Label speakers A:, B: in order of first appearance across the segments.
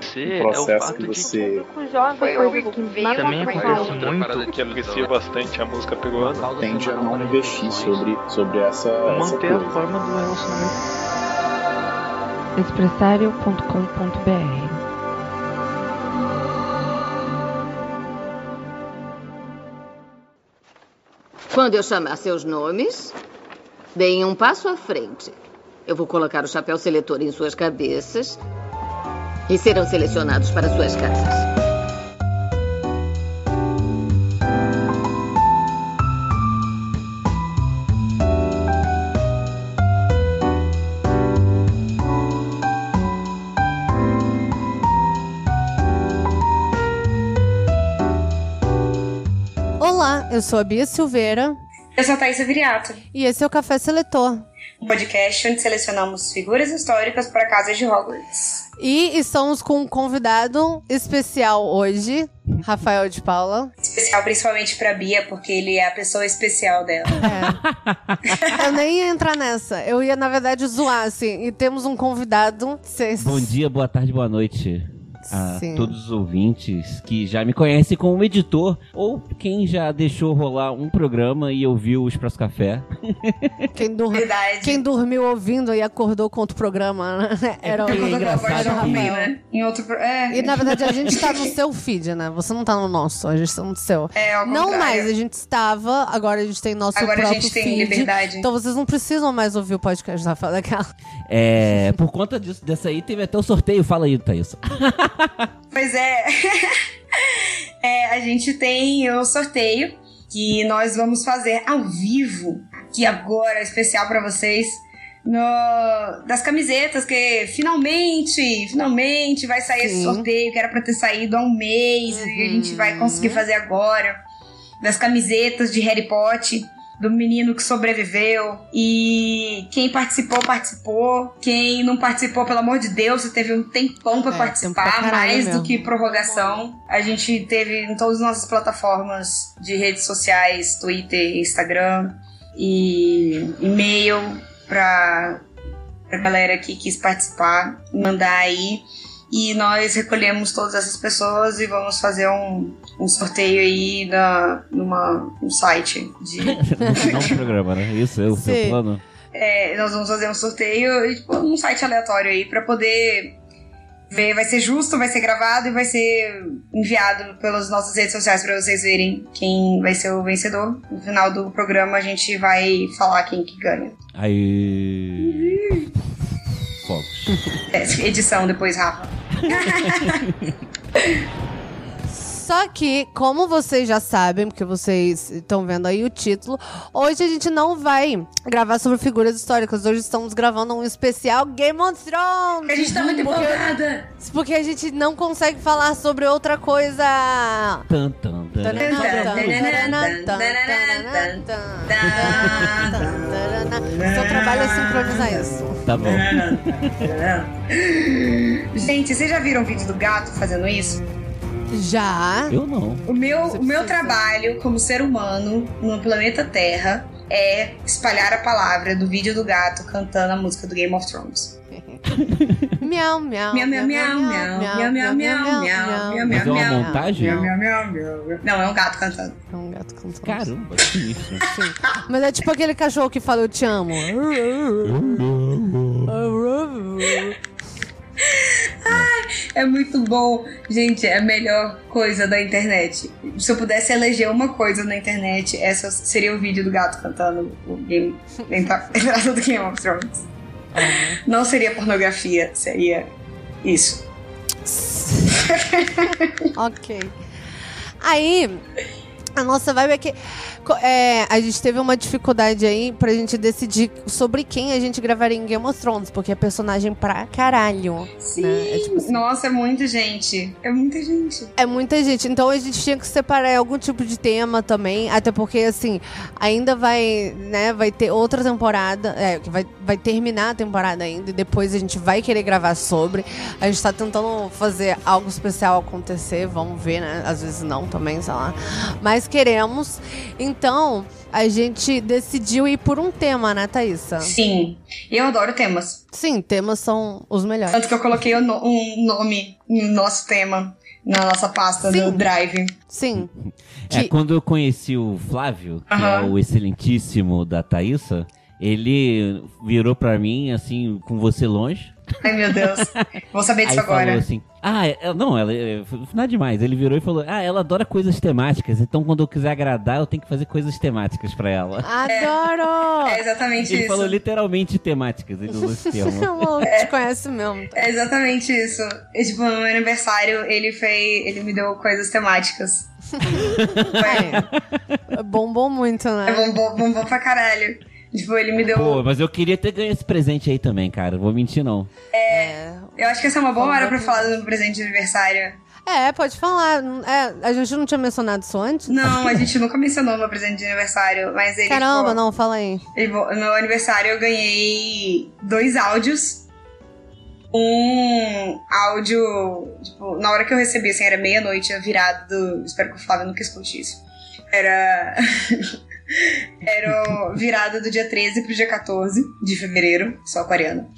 A: Você
B: Um processo
A: é o fato
B: que
A: de
B: você
C: público jovem
D: Foi
C: público
D: algo que veio
C: mais
D: Também
A: Também
C: atrapalhado.
A: acontece
D: Outra
A: muito
B: que aprecia
A: Dora.
B: bastante a música
A: Uma
B: peruana
A: causa
B: tende
A: que
B: a
A: não
B: não
A: dá
B: investir
A: informações.
B: sobre, sobre essa, essa
A: manter a
B: coisa.
A: forma do relacionamento.
C: Expressario.com.br
E: Quando eu chamar seus nomes, deem um passo à frente. Eu vou colocar o chapéu seletor em suas cabeças e serão selecionados para suas casas.
F: olá, eu sou a Bia Silveira
G: Eu sou a Thaisa Viriato,
F: e esse é o Café Seletor.
G: um podcast onde selecionamos figuras históricas para casas de Hogwarts.
F: E estamos com um convidado especial hoje, Rafael de Paula.
G: Especial principalmente para Bia, porque ele é a pessoa especial dela.
F: É. Eu nem ia entrar nessa. Eu ia, na verdade, zoar, assim. E temos um convidado. Cês-
H: Bom dia, Ah, boa tarde, boa noite a
F: Sim.
H: todos os ouvintes que já me conhecem como editor ou quem já deixou rolar um programa e ouviu o Expresso Café.
F: Quem, dur-
G: Verdade.
F: Quem dormiu ouvindo e acordou contra o programa, né? Era o
H: É porque
G: Quando eu
H: engraçado
G: gosto de
F: era o
H: que-
G: dormir,
F: Rafael.
G: né? Em outro. pro- É,
F: E na verdade a gente tá no seu feed, né? Você não tá no nosso, a gente tá no seu.
G: é ao
F: Não
G: contrário.
F: mais, a gente estava, agora a gente tem nosso
G: Agora a
F: próprio
G: gente tem
F: feed.
G: liberdade.
F: Então vocês não precisam mais ouvir o podcast da Rafaela daquela.
H: É, por conta disso, dessa aí, teve até o sorteio. Fala aí, Thaís.
G: Pois é. É, a gente tem o sorteio que nós vamos fazer ao vivo, aqui agora, especial para vocês, no- das camisetas que finalmente, finalmente vai sair esse
F: Sim.
G: sorteio que era para ter saído há um mês e a gente vai conseguir fazer agora. Das camisetas de Harry Potter, do menino que sobreviveu. E quem participou, participou. Quem não participou, pelo amor de Deus, você teve um tempão pra
F: É, tempo pra
G: participar,
F: caralho
G: mais
F: mesmo.
G: do que prorrogação. A gente teve em todas as nossas plataformas de redes sociais, Twitter, Instagram e e-mail pra, pra galera que quis participar, mandar aí. E nós recolhemos todas essas pessoas e vamos fazer um, um sorteio aí na, numa, num site de
H: No final do programa, né? Isso, é o seu
F: Sim.
H: plano.
G: É, nós vamos fazer um sorteio e tipo, um site aleatório aí pra poder ver. Vai ser justo, vai ser gravado e vai ser enviado pelas nossas redes sociais pra vocês verem quem vai ser o vencedor. No final do programa a gente vai falar quem que ganha.
H: Aí.
F: Uhum.
H: Fogos.
G: É, edição depois, Rafa.
F: Só que, como vocês já sabem, porque vocês estão vendo aí o título, hoje a gente não vai gravar sobre figuras históricas. Hoje estamos gravando um especial Game of Thrones!
G: A gente tá muito
F: porque,
G: empolgada!
F: porque a gente não consegue falar sobre outra coisa.
H: Tan, tan,
F: Tá,
H: tan.
F: né? Seu trabalho é sincronizar isso.
H: Tá bom.
G: Gente, vocês já viram o vídeo do gato fazendo isso?
F: Já.
H: Eu não.
G: O meu,
F: Você
G: o meu
F: precisa.
G: trabalho como ser humano no planeta Terra é espalhar a palavra do vídeo do gato cantando a música do Game of Thrones.
F: Miau, miau.
G: Miau, miau, miau, miau, miau, miau, miau, miau, miau,
H: Mas é uma
G: miau.
H: montagem?
F: Miau, miau.
G: Não, é um gato cantando.
F: É um gato cantando.
H: Caramba, que sinistro.
F: Sim. Mas é tipo aquele cachorro que fala eu te amo.
G: É muito bom. Gente, é a melhor coisa da internet. Se eu pudesse eleger uma coisa na internet, essa seria o vídeo do gato cantando o game, a entra- a entrada do Game of Thrones. Não seria pornografia, seria isso.
F: ok. Aí, a nossa vibe é que. co- é, a gente teve uma dificuldade aí pra gente decidir sobre quem a gente gravaria em Game of Thrones, porque é personagem pra caralho.
G: Sim.
F: Né? É tipo assim.
G: Nossa, é muita gente. É muita gente.
F: É muita gente, então a gente tinha que separar algum tipo de tema também, até porque assim, ainda vai, né, vai ter outra temporada, é, que vai, vai terminar a temporada ainda e depois a gente vai querer gravar sobre. A gente tá tentando fazer algo especial acontecer, vamos ver, né? Às vezes não também, sei lá. Mas queremos. Então, a gente decidiu ir por um tema, né, Thaísa?
G: Sim. E eu adoro temas.
F: Sim, temas são os
H: É.
F: melhores.
G: Tanto que eu coloquei o no- um nome no nosso tema, na nossa pasta
F: Sim.
G: do Drive.
F: Sim.
H: É,
F: Que-
H: quando eu conheci o Flávio, que é
G: Aham.
H: o excelentíssimo da Thaísa, ele virou pra mim, assim, com você longe.
G: Ai, meu Deus. Vou saber
H: Aí
G: disso agora.
H: falou assim, ah, é- não, ela, é, nada demais. Ele virou e falou, ah, ela adora coisas temáticas, então quando eu quiser agradar, eu tenho que fazer coisas temáticas pra ela.
F: Adoro!
G: É exatamente
H: Ele
G: isso.
H: falou literalmente temáticas, ele usou esse termo.
F: Amor, te conhece mesmo.
G: É exatamente isso. E, tipo, no meu aniversário, ele fez. Ele me deu coisas temáticas.
F: É, bombou muito,
G: É
F: né?
G: bombou, bombou pra caralho. Tipo, ele me deu.
H: Pô, mas eu queria ter ganho esse presente aí também, cara. Vou mentir, não.
F: É,
G: Eu acho que essa é uma boa hora pra falar do presente de aniversário.
F: é pode falar. É, a gente não tinha mencionado isso antes?
G: Não, a gente nunca mencionou meu presente de aniversário, mas ele. tipo,
F: Caramba,
G: pô,
F: não, fala aí.
G: ele- no meu aniversário eu ganhei dois áudios. Um áudio. Tipo, na hora que eu recebi, assim, era meia-noite, a virada do. Espero que o Flávio nunca escute isso. Era. era o virado do dia 13 pro dia 14 de fevereiro, sou aquariana.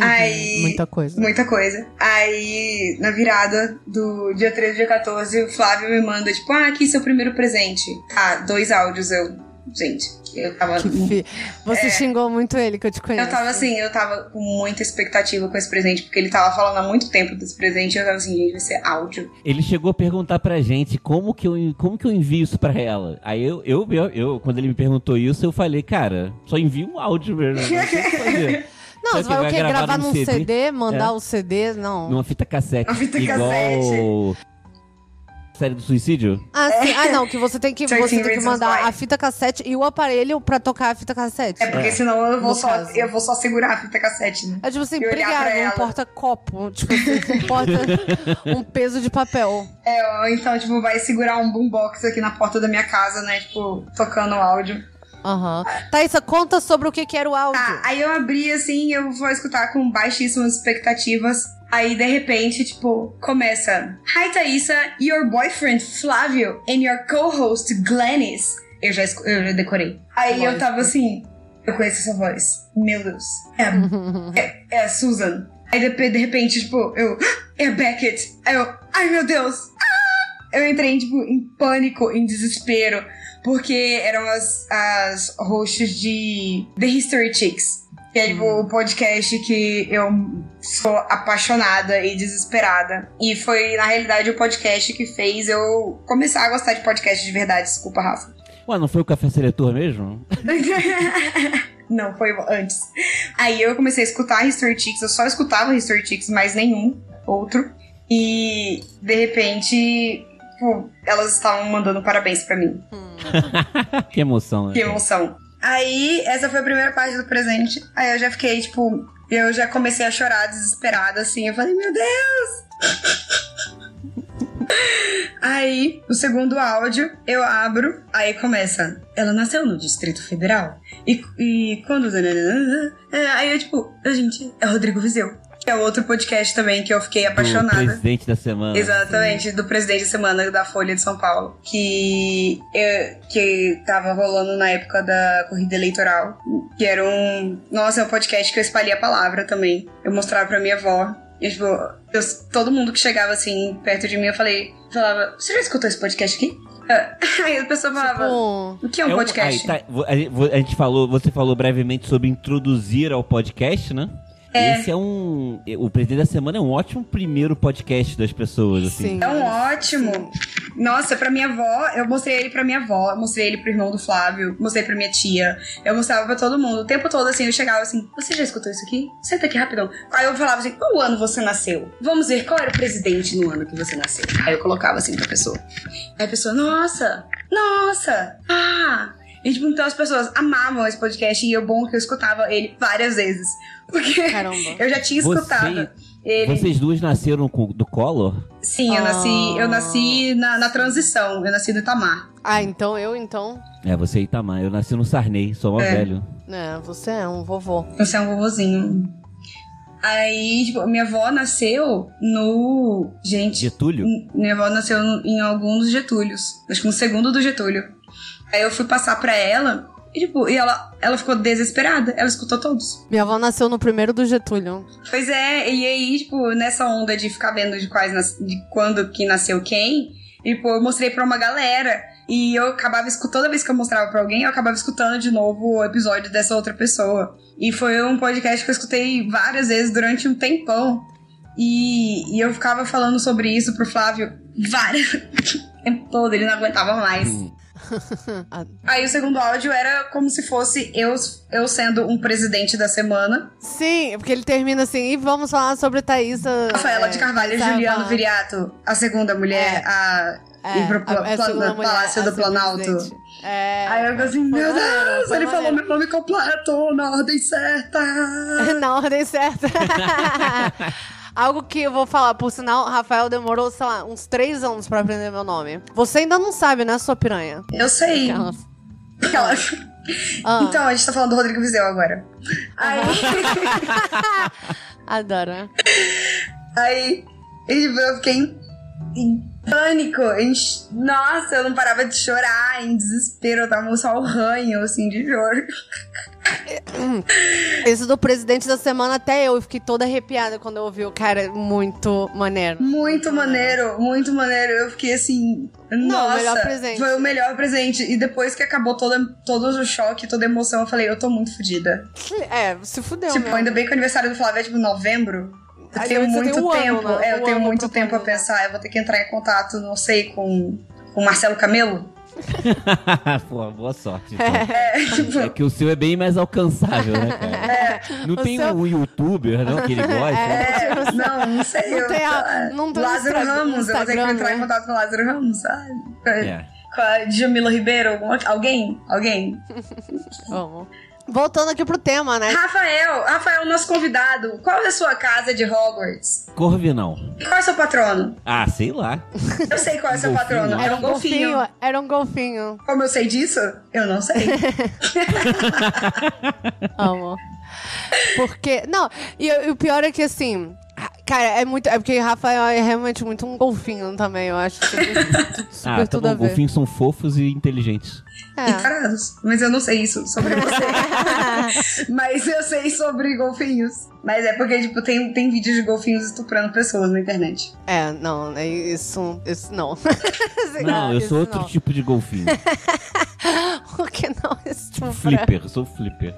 G: Aí-
F: Uhum, Muita coisa.
G: Muita coisa. Aí, na virada do dia 13 e dia 14, o Flávio me manda, tipo, ah, aqui seu primeiro presente. Tá, dois áudios, eu. Gente, eu tava.
F: Que fi- Você xingou muito ele, que eu te
G: Eu
F: conheço.
G: tava assim, eu tava com muita expectativa com esse presente, porque ele tava falando há muito tempo desse presente, e eu tava assim, gente, vai ser áudio.
H: Ele chegou a perguntar pra gente como que eu, como que eu envio isso pra ela. Aí eu, eu, eu, eu- quando ele me perguntou isso, eu falei, cara, só envio um áudio mesmo. Não sei o que fazer.
F: Não,
H: Só
F: você
H: que
F: vai o
H: vai
F: quê?
H: gravar
F: Gravar
H: num É.
F: num
H: CD?
F: CD, mandar o CD? Não.
H: Numa fita cassete.
G: Uma fita
H: igual
G: cassete.
H: Série do Suicídio?
F: Ah, sim. ah, não, que você tem que,
G: Thirteen
F: você tem que
G: Reasons
F: mandar
G: Why.
F: a fita cassete e o aparelho pra tocar a fita cassete.
G: É porque senão eu vou
F: No
G: só.
F: caso.
G: Eu vou só segurar a fita cassete, né?
F: É tipo assim,
G: E olhar pra
F: obrigado, um
G: ela.
F: porta-copo. Tipo assim, um porta. um peso de papel.
G: É, ou então, tipo, vai segurar um boombox aqui na porta da minha casa, né? Tipo, tocando áudio.
F: Aham. Thaísa, conta sobre o que, que era o áudio.
G: Tá, aí eu abri assim, eu vou escutar com baixíssimas expectativas. Aí de repente, tipo, começa: Hi Thaisa, your boyfriend Flávio and your co-host Glennis. Eu já, escu- eu já decorei. Aí eu
F: Lógico.
G: tava assim: Eu conheço essa voz. Meu Deus. É, é a Susan. Aí de, de repente, tipo, eu. "Ah, É a Beckett. Aí eu. Ai meu Deus. Ah!" Eu entrei, tipo, em pânico, em desespero. Porque eram as, as hosts de The History Chicks. Que é tipo, o podcast que eu sou apaixonada e desesperada. E foi, na realidade, o podcast que fez eu começar a gostar de podcast de verdade. Desculpa, Rafa.
H: Ué, não foi o Café Seletor mesmo?
G: Não, foi antes. Aí eu comecei a escutar History Chicks, eu só escutava History Chicks, mais nenhum outro. E de repente, pô, elas estavam mandando parabéns pra mim.
H: que emoção, né?
G: Que emoção. Aí, essa foi a primeira parte do presente. Aí eu já fiquei, tipo, eu já comecei a chorar desesperada, assim. Eu falei, meu Deus! aí, o segundo áudio, eu abro, aí começa. Ela nasceu no Distrito Federal. E, e quando. É, Aí eu, tipo, "Ah, gente, é o Rodrigo Vizeu. Que é outro podcast também que eu fiquei
H: Do
G: apaixonada.
H: presidente da semana.
G: Exatamente, do presidente de semana da Folha de São Paulo. Que, eu- que tava rolando na época da corrida eleitoral. Que era um. Nossa, é um podcast que eu espalhei a palavra também. Eu mostrava pra minha avó. E, tipo, eu- todo mundo que chegava assim perto de mim, eu falei, falava, você já escutou esse podcast aqui? Aí a pessoa falava,
F: Tipo,
G: o que é um podcast?
H: aí, tá, vo- a gente- vo- a gente falou, você falou brevemente sobre introduzir ao podcast, né? Esse é um. O Presidente da Semana é um ótimo primeiro podcast das pessoas, assim.
F: Sim.
G: É um ótimo. Nossa, pra minha avó, eu mostrei ele pra minha avó, eu mostrei ele pro irmão do Flávio, mostrei pra minha tia, eu mostrava pra todo mundo. O tempo todo, assim, eu chegava assim, você já escutou isso aqui? Senta aqui rapidão. Aí eu falava assim, qual ano você nasceu? Vamos ver qual era o presidente no ano que você nasceu. Aí eu colocava assim pra pessoa. Aí a pessoa, nossa, nossa, ah. E tipo, então as pessoas amavam esse podcast e eu bom é que eu escutava ele várias vezes. Porque
F: Caramba.
G: eu já tinha
H: Você-
G: escutado ele.
H: Vocês duas nasceram com- do Collor?
G: Sim, eu nasci, eu nasci na, na transição, eu nasci no Itamar.
F: Ah, então eu, então.
H: É, você e Itamar. Eu nasci no Sarney, sou mais
G: É.
H: velho.
F: É, você é um vovô.
G: Você é um vovozinho. Aí, tipo, minha avó nasceu no. Gente.
H: Getúlio?
G: n- Minha avó nasceu no- em algum dos Getúlios. Acho que no segundo do Getúlio. Aí eu fui passar pra ela. E, tipo, e ela, ela ficou desesperada. Ela escutou todos.
F: Minha avó nasceu no primeiro do Getúlio.
G: Pois é, e aí, tipo, nessa onda de ficar vendo de quais nas- de quando que nasceu quem. E, pô, eu mostrei pra uma galera. E eu acabava escutando, toda vez que eu mostrava pra alguém, eu acabava escutando de novo o episódio dessa outra pessoa. E foi um podcast que eu escutei várias vezes durante um tempão. E, e eu ficava falando sobre isso pro Flávio várias. o tempo todo, ele não aguentava mais.
F: Ah,
G: Aí o segundo áudio era como se fosse eu, eu sendo um presidente da semana.
F: Sim, porque ele termina assim, e vamos falar sobre Thaísa.
G: Rafaela
F: é,
G: de Carvalho e
F: Thaísa
G: Juliano
F: Amaral."
G: Viriato, a segunda mulher,
F: É.
G: a e pro pla-
F: a
G: pla-
F: segunda
G: Palácio
F: a
G: do
F: segunda
G: Planalto.
F: presidente. assim, É.
G: Aí eu fico assim, meu
F: Foi maneiro,
G: Deus,
F: foi
G: ele falou
F: maneiro.
G: meu nome completo, na ordem certa.
F: Na ordem certa. Algo que eu vou falar, por sinal, Rafael demorou, sei lá, uns três anos pra aprender meu nome. Você ainda não sabe, né, sua piranha?
G: Eu sei.
F: Aquela-
G: Aquela-
F: Ah.
G: Então, a gente tá falando do Rodrigo Vizeu agora. Aí,
F: Adoro. né?
G: aí e eu fiquei em, em pânico. em ch- nossa, eu não parava de chorar, em desespero. Eu tava só o ranho, assim, de choro.
F: Esse do presidente da semana, até eu fiquei toda arrepiada quando eu ouvi o cara. é Muito maneiro.
G: Muito maneiro, muito maneiro. Eu fiquei assim.
F: Não, o
G: nossa,
F: melhor presente.
G: foi o melhor presente. E depois que acabou toda, todo o choque, toda a emoção, eu falei, eu tô muito fodida.
F: É, se fudeu.
G: tipo,
F: mesmo.
G: ainda bem que o aniversário do Flávio é tipo novembro. Eu
F: Aí
G: tenho
F: você
G: muito
F: tem um ano,
G: tempo.
F: né?
G: é, eu
F: Um
G: tenho
F: ano
G: muito
F: pra
G: tempo a
F: planejar.
G: pensar. Eu vou ter que entrar em contato, não sei, com com o Marcelo Camelo.
H: Pô, boa sorte. Então.
G: É, tipo,
H: É que o seu é bem mais alcançável, né, cara? Não
F: É. O
H: tem
F: seu-
H: um youtuber, não, que ele gosta?
G: é, não, não sei.
F: Não
G: eu,
F: tem a- não tem o
G: Lázaro
F: Instagram-
G: Ramos, eu vou ter que
F: Instagram,
G: entrar em
F: né?
G: contato com o Lázaro Ramos, sabe? Com a-
H: É.
G: Com a Jamila Ribeiro, alguma- alguém? Alguém?
F: Vamos. Voltando aqui pro tema, né?
G: Rafael, Rafael, nosso convidado, qual é a sua casa de Hogwarts?
H: Corvinal.
G: Qual é o seu patrono?
H: Ah, sei lá.
G: Eu sei qual é o seu
H: Um
G: patrono.
H: golfinho.
G: Era um golfinho.
F: Era um golfinho.
G: Como eu sei disso? Eu não sei.
F: Amo. Porque. Não, e, e o pior é que assim. ra- Cara, é muito. É porque Rafael é realmente muito um golfinho também, eu acho. que tudo- Super
H: Ah, tá
F: tudo
H: bom.
F: a ver.
H: Golfinhos são fofos e inteligentes.
G: E
F: É.
G: tarados. Mas eu não sei isso sobre você. Mas eu sei sobre golfinhos. Mas é porque, tipo, tem, tem vídeos de golfinhos estuprando pessoas na internet.
F: É, não, é isso. Isso não. Assim,
H: Não, eu
F: isso
H: sou outro
F: não.
H: tipo de golfinho. Tipo
F: Por que não é estupra?
H: flipper, sou flipper.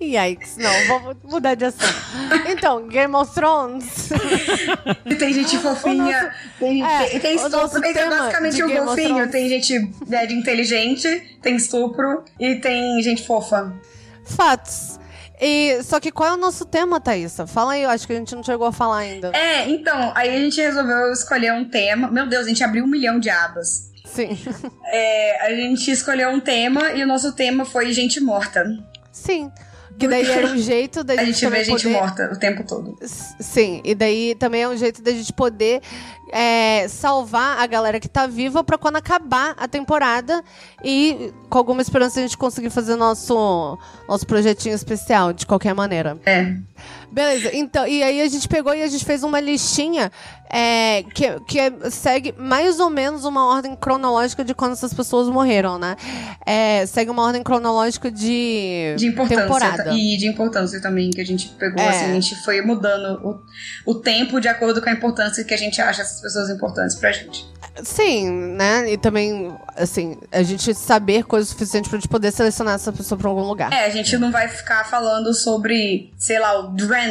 F: Yikes, não, vamos mudar de assunto. Então, Game of Thrones.
G: E tem gente fofinha, tem,
F: é,
G: tem, tem
F: o nosso
G: estupro. Tem
F: tema de
G: basicamente o
F: Game of
G: golfinho.
F: Thrones.
G: Tem gente é, de inteligente, tem estupro e tem gente fofa.
F: Fatos. E, só que qual é o nosso tema, Thaísa? Fala aí, eu acho que a gente não chegou a falar ainda.
G: É, então, aí a gente resolveu escolher um tema. Meu Deus, a gente abriu um milhão de abas.
F: Sim.
G: É, a gente escolheu um tema e o nosso tema foi gente morta.
F: Sim. Que daí era um jeito da
G: A
F: gente,
G: gente vê
F: também
G: gente
F: poder...
G: morta o tempo todo.
F: S- Sim, e daí também é um jeito da gente poder é, salvar a galera que tá viva pra quando acabar a temporada e com alguma esperança a gente conseguir fazer nosso, nosso projetinho especial, de qualquer maneira.
G: É.
F: Beleza, então, e aí a gente pegou e a gente fez uma listinha é, que, que é- segue mais ou menos uma ordem cronológica de quando essas pessoas morreram, né? É, segue uma ordem cronológica de,
G: De importância tá.
F: temporada.
G: e de importância também que a gente pegou,
F: É.
G: assim, a gente foi mudando o, o tempo de acordo com a importância que a gente acha essas pessoas importantes pra gente.
F: Sim, né? E também, assim, a gente saber coisa o suficiente pra gente poder selecionar essa pessoa pra algum lugar.
G: É, a gente não vai ficar falando sobre, sei lá, o Drennan,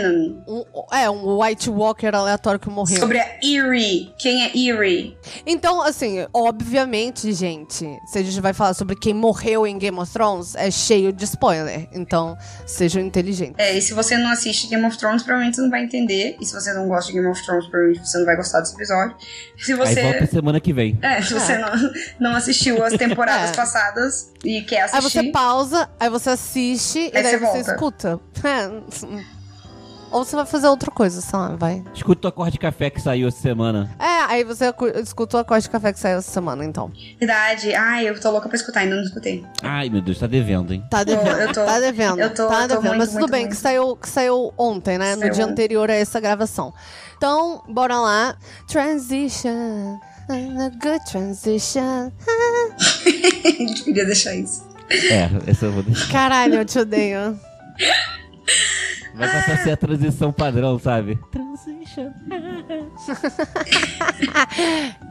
F: Um, é, um White Walker aleatório que morreu.
G: sobre a Eerie, quem é Eerie?
F: Então, assim, obviamente, gente, se a gente vai falar sobre quem morreu em Game of Thrones, é cheio de spoiler. Então, sejam inteligentes.
G: É, e se você não assiste Game of Thrones, provavelmente você não vai entender, e se você não gosta de Game of Thrones, provavelmente você não vai gostar desse episódio. Se você...
H: Aí volta semana que vem.
G: É, se você
F: É.
G: não, não assistiu as temporadas
F: É.
G: passadas e quer
F: Aí
G: assistir...
F: Ah, você pausa, aí você assiste e
G: Aí
F: daí
G: você
F: você
G: volta.
F: escuta. É, Ou você vai fazer outra coisa, sei lá, vai.
H: Escuta o acorde de café que saiu essa semana.
F: É, aí você cu- escuta o acorde de café que saiu essa semana, então.
G: Verdade, ai, eu tô louca pra escutar, ainda não escutei.
H: Ai, meu Deus, tá devendo, hein?
F: Tá devendo.
G: eu tô-
F: tá devendo.
G: eu tô-
F: tá
G: eu tô
F: devendo.
G: muito,
F: Mas tudo
G: muito,
F: bem,
G: muito.
F: que saiu, que saiu ontem, né?
G: Saiu
F: no dia
G: ontem.
F: anterior a essa gravação. Então, bora lá. Transition. and A good transition.
G: a gente queria deixar isso.
H: É, essa eu vou deixar.
F: Caralho, eu te odeio.
H: Vai passar a ser a transição padrão, sabe?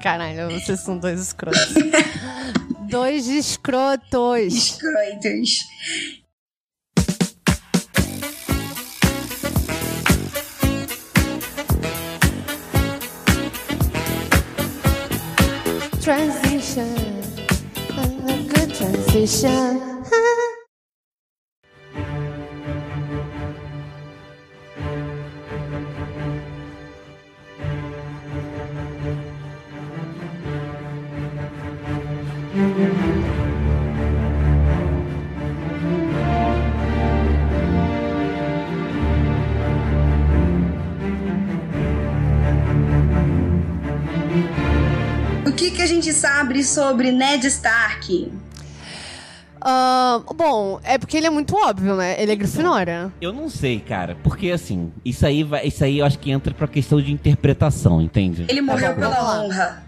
F: Caralho, vocês são dois escrotos. dois escrotos.
G: Escroitos.
F: Transition. and A good transition.
G: O que, que a gente sabe sobre Ned Stark?
F: Ah, bom, é porque ele é muito óbvio, né? Ele é Grifinória.
H: Eu não sei, cara, porque assim, isso aí vai, isso aí eu acho que entra pra questão de interpretação, entende?
G: Ele morreu
F: bom,
G: pela
F: vamos lá.
G: honra.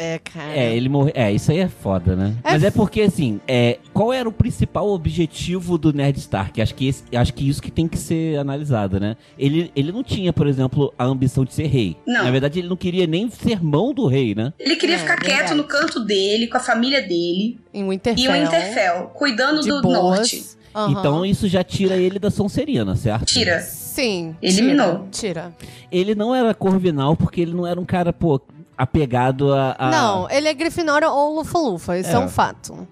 F: É, cara.
H: É, ele morreu. É, isso aí é foda, né?
F: É
H: Mas é
F: f-
H: porque, assim, é, qual era o principal objetivo do Ned Stark? Acho que, esse- acho que isso que tem que ser analisado, né? Ele, ele não tinha, por exemplo, a ambição de ser rei.
G: Não.
H: Na verdade, ele não queria nem ser mão do rei, né?
G: Ele queria
F: É,
G: ficar
F: verdade.
G: quieto no canto dele, com a família dele
F: Em Winterfell.
G: e o Interfell, né? cuidando
F: de
G: do
F: boas.
G: norte.
F: Aham.
H: Então isso já tira ele da Sonserina, certo?
G: Tira.
F: Sim.
G: Eliminou.
F: Tira.
H: Ele não era corvinal porque ele não era um cara, pô, apegado a. a-
F: Não, ele é Grifinória ou Lufa-Lufa, isso é.
H: Ah. É.
F: um fato.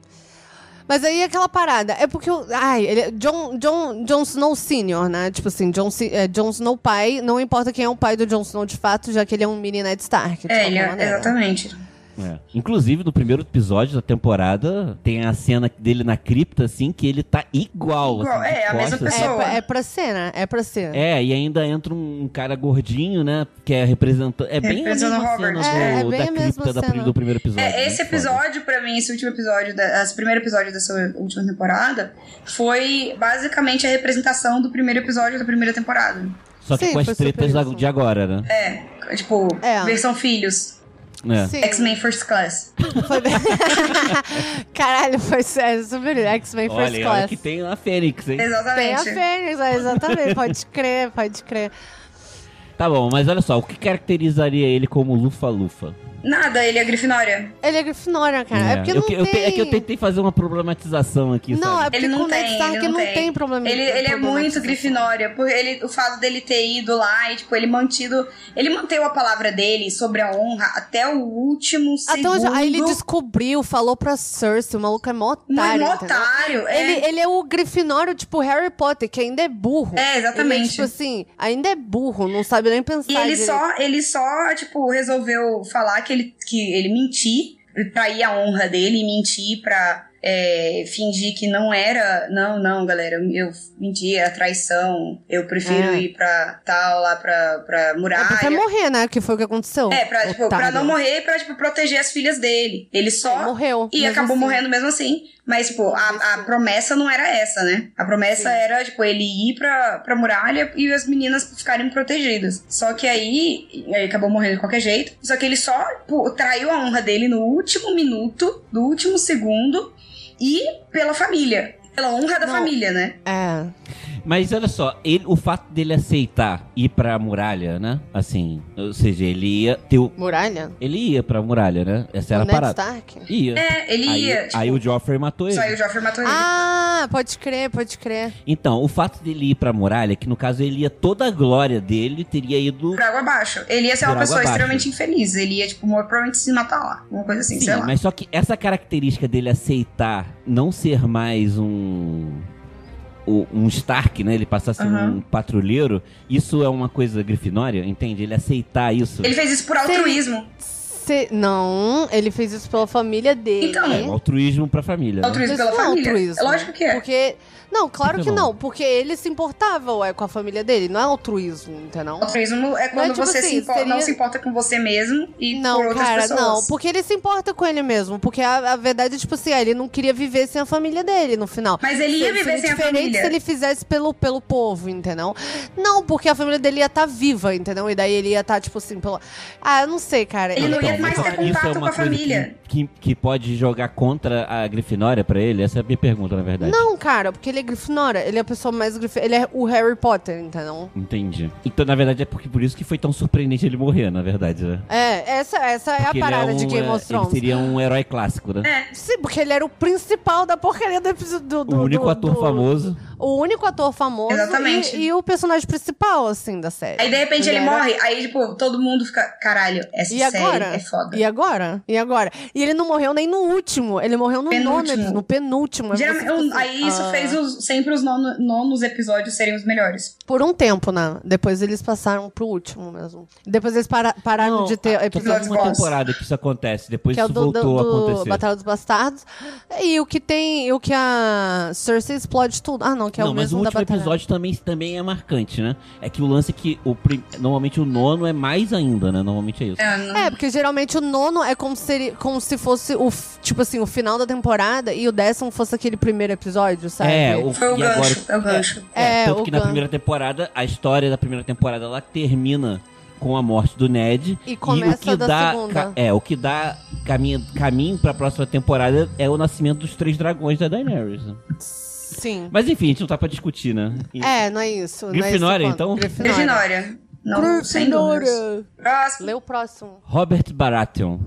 F: Mas aí é aquela parada, é porque o. Ai, ele é John, John, John Snow Sr., né? Tipo assim, John, Si- é, John Snow pai, não importa quem é o pai do Jon Snow de fato, já que ele é um mini Ned Stark. de
G: É, ele,
F: qualquer maneira.
G: exatamente.
H: É. Inclusive, no primeiro episódio da temporada, tem a cena dele na cripta, assim, que ele tá igual. assim,
G: Igual,
H: de
G: é, a mesma
H: costas,
F: É,
G: pessoa.
F: pra- é pra ser, né? É pra ser.
H: É, e ainda entra um cara gordinho, né? Que é representante. É bem a
G: Representando
H: mesma
G: Robert.
H: cena do,
F: É, é bem
H: da
F: a mesma
H: cripta da pri-
F: cena.
H: do primeiro episódio.
G: É,
H: né?
G: esse
H: Foda.
G: episódio, pra mim, esse último episódio, da, esse primeiro episódio dessa última temporada, foi basicamente a representação do primeiro episódio da primeira temporada.
H: Só que
F: Sim,
H: com as
F: foi super
H: tretas da-
F: isso.
H: de agora, né?
G: É, tipo,
F: É.
G: versão filhos,
H: É.
F: Sim.
G: X-Men First Class.
F: Foi bem- Caralho, foi sério, super X-Men First
H: Olha,
F: Class.
H: olha que tem a Fênix, hein?
F: Tem a
G: Exatamente.
F: Fênix, é, exatamente, pode crer, pode crer.
H: Tá bom, mas olha só, o que caracterizaria ele como Lufa-Lufa?
G: Nada, ele é Grifinória.
F: Ele é Grifinória, cara. É, porque
H: eu
F: não
H: que-
F: tem...
H: eu te- é que eu tentei fazer uma problematização aqui,
F: Não, é
H: sabe?
F: porque
G: Ele não
F: com o Ned
G: tem,
F: Stark
G: ele
F: não
G: não
F: tem,
G: tem.
F: problema.
G: Ele, ele é muito
F: problematização.
G: Grifinória. Por ele, o fato dele ter ido lá e, tipo, ele mantido. Ele manteve a palavra dele sobre a honra até o último
F: Até
G: segundo.
F: onde, aí ele descobriu, falou pra Cersei, o maluco é mó
G: Mas
F: otário.
G: mó
F: entendeu?
G: otário. É,
F: Ele, ele é o Grifinório, tipo Harry Potter, que ainda é burro.
G: é,
F: Ele é,
G: exatamente.
F: tipo assim, ainda é burro, não sabe nem pensar.
G: e ele
F: direito.
G: só, ele só, tipo, resolveu falar que ele, que ele mentir, trair a honra dele, mentir pra é, fingir que não era. Não, não, galera, eu menti, é traição. Eu prefiro
F: É.
G: ir pra tal, lá pra, pra
F: É
G: muralha.
F: pra morrer, né? Que foi o que aconteceu.
G: É, pra, tipo, pra
F: Otário. É,
G: não morrer e pra tipo, proteger as filhas dele. Ele só.
F: Morreu.
G: e
F: mesmo
G: acabou
F: assim.
G: morrendo mesmo assim. Mas, pô, a, a promessa não era essa, né? A promessa era, tipo, ele ir pra, pra muralha e as meninas ficarem protegidas. Só que aí, ele acabou morrendo de qualquer jeito. Só que ele só pô, traiu a honra dele no último minuto, no último segundo, e pela família. Pela honra da
F: Não.
G: família, né?
F: É.
H: Mas olha só, ele- o fato dele aceitar ir pra muralha, né? Assim, ou seja, ele ia ter o-
F: Muralha?
H: Ele ia pra muralha, né? Essa era
F: o
H: a
F: Ned
H: parada.
F: Stark?
H: Ia.
G: É, ele
H: aí,
G: ia. Tipo,
H: aí o Joffrey matou ele.
G: só aí o Joffrey matou ele.
F: Ah, pode crer, pode crer.
H: Então, o fato dele ir pra muralha, que no caso ele ia toda a glória dele, teria ido.
G: Por água abaixo. Ele ia ser
H: Por
G: uma
H: água
G: pessoa
H: abaixo.
G: extremamente infeliz. Ele ia, tipo, mor- provavelmente se matar lá. Uma coisa assim,
H: Sim,
G: sei lá.
H: mas só que essa característica dele aceitar não ser mais um. o- Um Stark, né? Ele passar a ser
G: Aham.
H: um patrulheiro. Isso é uma coisa grifinória, entende? Ele aceitar isso.
G: Ele fez isso por altruísmo.
F: Se- Não, ele fez isso pela família dele.
G: Então,
H: É um altruísmo pra família. né?
G: Altruísmo
F: Isso
G: pela
F: não é
G: família.
F: altruísmo.
G: É lógico que é.
F: Porque. Não, claro
H: Sempre
F: que
H: bom.
F: não, porque ele se importava ué, com a família dele, não é altruísmo, entendeu?
G: Altruísmo é quando
F: tipo
G: você se
F: assim,
G: impo- não
F: seria-
G: se importa com você mesmo e
F: Não,
G: por outras
F: cara,
G: pessoas.
F: não. Porque ele se importa com ele mesmo. Porque a, a verdade é, tipo assim, ah, ele não queria viver sem a família dele no final.
G: Mas ele ia
F: Seria
G: viver sem a
F: diferente
G: família.
F: se ele fizesse pelo, pelo povo, entendeu? Não, porque a família dele ia estar viva, entendeu? E daí ele ia estar, tipo assim, pelo. Ah, eu não sei, cara.
G: Ele não
F: Eu-
G: ia
H: Então,
G: mais
H: mas
G: ter
H: isso
G: contato
H: é uma
G: com a
H: coisa que-
G: família.
H: Que, que pode jogar contra a Grifinória pra ele? Essa é a minha pergunta, na verdade.
F: Não, cara, porque ele é Grifinória. Ele é a pessoa mais Grifinória. Ele é o Harry Potter, entendeu?
H: Entendi. Então, na verdade, é porque por isso que foi tão surpreendente ele morrer, na verdade, né?
F: É, essa, essa é a
H: Porque ele
F: parada
H: é um,
F: de Game
H: é,
F: of Thrones.
H: Ele seria um herói clássico, né?
G: É.
F: Sim, porque ele era o principal da porcaria do episódio. Do, do-
H: o único
F: do-
H: ator
F: do-
H: famoso.
F: O único ator famoso.
G: Exatamente.
F: E, e o personagem principal, assim, da série.
G: Aí de repente ele,
F: era-
G: morre, aí tipo, todo mundo fica, caralho, essa
F: E
G: série
F: agora?
G: é foda.
F: E agora? E agora? E ele não morreu nem no último. Ele morreu no nono,
G: Penúltimo.
F: episódio, no penúltimo. Aí
G: Geralmente,
F: você fica
G: um-
F: assim,
G: aí isso
F: ah,
G: fez os- sempre os nono- nonos episódios serem os melhores.
F: Por um tempo, né? Depois eles passaram pro último mesmo. Depois eles para- pararam Tá, de ter
H: ah,
F: episódios
H: teve
G: episódio
H: uma
G: bons.
H: temporada que isso acontece, depois
F: que é o
H: isso
F: do, do,
H: voltou a
F: do
H: acontecer.
F: Batalha dos Bastardos. E o que tem. E o que a Cersei explode tudo. Ah, não, que é
H: não,
F: o
H: mas o
F: mesmo da
H: último
F: Batalha.
H: episódio também, também é marcante, né? É que o lance é que o prim- normalmente o nono é mais ainda, né? Normalmente é isso.
G: É, não-
F: É, porque geralmente o nono é como se, ele- como se fosse o, f- tipo assim, o final da temporada e o décimo fosse aquele primeiro episódio, sabe?
H: É, o,
G: Foi É o
H: e agora-
G: gancho, é o gancho.
F: É,
H: É, tanto
F: o
H: que na
F: Gun.
H: primeira temporada, a história da primeira temporada ela termina com a morte do Ned.
F: E começa
H: o que
F: da
H: dá,
F: segunda.
H: ca- É, o que dá caminho, caminho pra próxima temporada é o nascimento dos três dragões da Daenerys. né?
F: Sim.
H: Mas enfim, a gente não tá pra discutir, né? E-
F: É, não é isso. não é isso
H: Grifinória,
F: quando-
H: então?
F: Grifinória.
G: Grifinória. Não, sem dúvidas. Próximo.
F: Lê o próximo.
H: Robert Baratheon.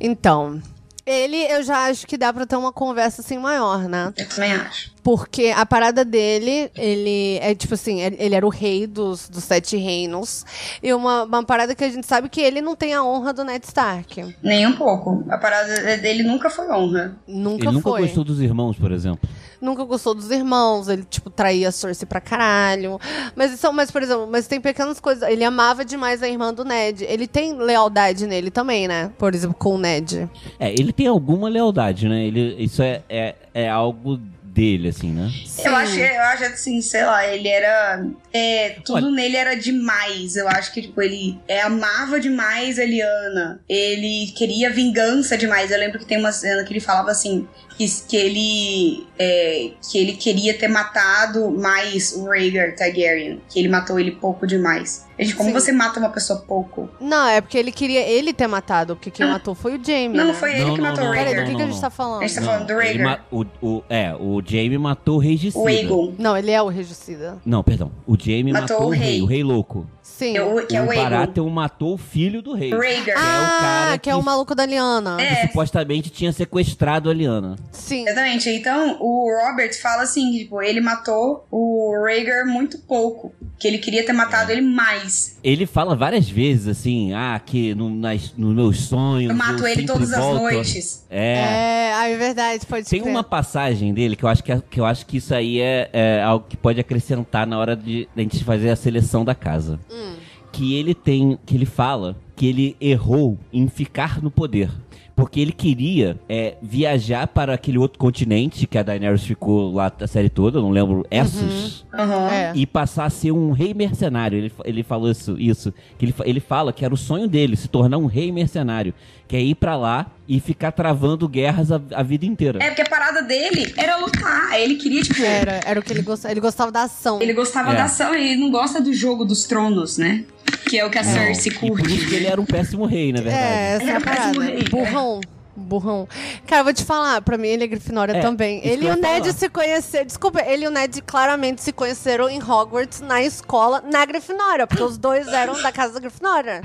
F: Então, ele eu já acho que dá pra ter uma conversa assim maior, né?
G: Eu também acho.
F: Porque a parada dele, ele é tipo assim, ele ele era o rei dos, dos sete reinos. E uma, uma parada que a gente sabe que ele não tem a honra do Ned Stark.
G: Nem um pouco. A parada dele nunca foi honra.
F: Nunca
H: Ele nunca
F: foi.
H: gostou dos irmãos, por exemplo.
F: nunca gostou dos irmãos, ele, tipo, traía a Cersei pra caralho. Mas isso, mas, por exemplo, mas tem pequenas coisas. Ele amava demais a irmã do Ned. Ele tem lealdade nele também, né? Por exemplo, com o Ned.
H: É, ele tem alguma lealdade, né? Ele, isso é, é, é algo dele, assim, né?
F: Sim.
G: Eu acho, eu acho assim, sei lá, ele era. é, tudo
H: Olha.
G: nele era demais. Eu acho que, tipo, ele é, amava demais a Eliana. Ele queria vingança demais. Eu lembro que tem uma cena que ele falava assim: que, que ele. é, que ele queria ter matado mais o Rhaegar Targaryen. Que ele matou ele pouco demais. Gente, como
F: Sim.
G: você mata uma pessoa pouco?
F: Não, é porque ele queria ele ter matado, porque quem matou foi o Jaime.
G: Ah. Não,
F: né?
G: não foi ele
H: Não,
G: que
H: não,
G: matou
H: não,
G: o
F: Peraí,
G: Rhaegar.
F: do que, que a gente tá falando?
G: A gente tá falando do
H: ele
G: Rhaegar.
H: ma- o, o- é, o Jaime matou o regicida.
G: O Aegon.
F: Não, ele é o regicida.
H: Não, perdão. O Jaime matou, o rei, o rei louco.
F: Sim.
G: Que é o- que é
H: o
G: o Aegon.
H: Baratheon matou o filho do rei. É
G: Rhaegar.
F: Ah,
H: cara
F: que é o
H: que-
F: maluco da Liana.
G: É.
H: Que supostamente tinha sequestrado a Liana.
F: Sim.
G: Exatamente. Então, o Robert fala assim, tipo, ele matou o Rhaegar muito pouco. Que ele queria ter
H: É.
G: matado ele mais.
H: Ele fala várias vezes assim, ah, que no, nas, nos meus sonhos.
G: Eu mato ele
H: sempre
G: todas as
H: volto.
G: noites.
H: É.
F: É, ah, é verdade, pode
H: Tem
F: crer.
H: uma passagem dele que eu acho que, que, eu acho que isso aí é, é algo que pode acrescentar na hora de, da gente fazer a seleção da casa.
F: Hum.
H: Que ele tem. Que ele fala que ele errou em ficar no poder. Porque ele queria é, viajar para aquele outro continente que a Daenerys ficou lá a série toda, eu não lembro, Essos,
G: Aham.
F: É.
H: e passar a ser um rei mercenário. Ele, fa- ele falou isso, isso que ele, fa- ele fala que era o sonho dele, se tornar um rei mercenário, que é ir pra lá e ficar travando guerras a, a vida inteira.
G: É, porque a parada dele era lutar. Ele queria, tipo.
F: Era, era o que ele gostava. Ele gostava da ação.
G: Ele gostava
H: É.
G: da ação e ele não gosta do jogo dos tronos, né? Que é o que a
H: Não,
G: Cersei né?
H: E por
G: curte.
H: isso que ele era um péssimo rei, na
F: É,
H: verdade.
F: essa é a
G: Ele parece
F: parada.
G: um rei,
F: Burrão. Burrão. Cara, eu vou te falar, pra mim ele é Grifinória
H: É,
F: também.
H: isso que
F: Ele e
H: eu
F: o
H: ia
F: Ned
H: falar.
F: se conheceram. Desculpa, ele e o Ned claramente se conheceram em Hogwarts, na escola, na Grifinória, porque os dois eram da casa da Grifinória.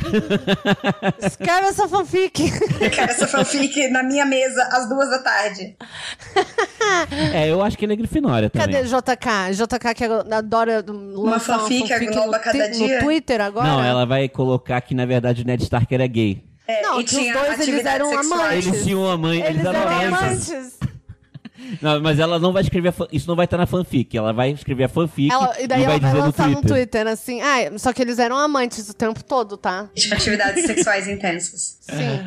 F: Escreve essa fanfic.
G: Cara, essa fanfic assim, na minha mesa às duas da tarde.
H: É, eu acho que ele é Grifinória também.
F: Cadê JK? JK que adora
G: Uma
F: lançar
G: fanfic
F: uma fanfic
G: engloba
F: no,
G: cada
F: ti-
G: dia?
F: no Twitter agora?
H: Não, ela vai colocar que, na verdade, o Ned Stark era gay.
G: É,
F: Não,
G: e
F: que os
G: tinha
F: dois, eles
G: atividades
F: eram
G: sexuais.
F: amantes.
H: Eles tinham uma mãe, eles,
F: Eles eram
H: amantes.
F: amantes.
H: Não, mas ela não vai escrever, a fan- isso não vai estar na fanfic, ela vai escrever a fanfic
F: Ela- e daí
H: vai
F: ela vai
H: dizer no
F: lançar
H: Twitter.
F: no Twitter, assim. Ah, só que eles eram amantes o tempo todo, tá?
G: Tinha atividades sexuais intensas.
H: É.
F: Sim.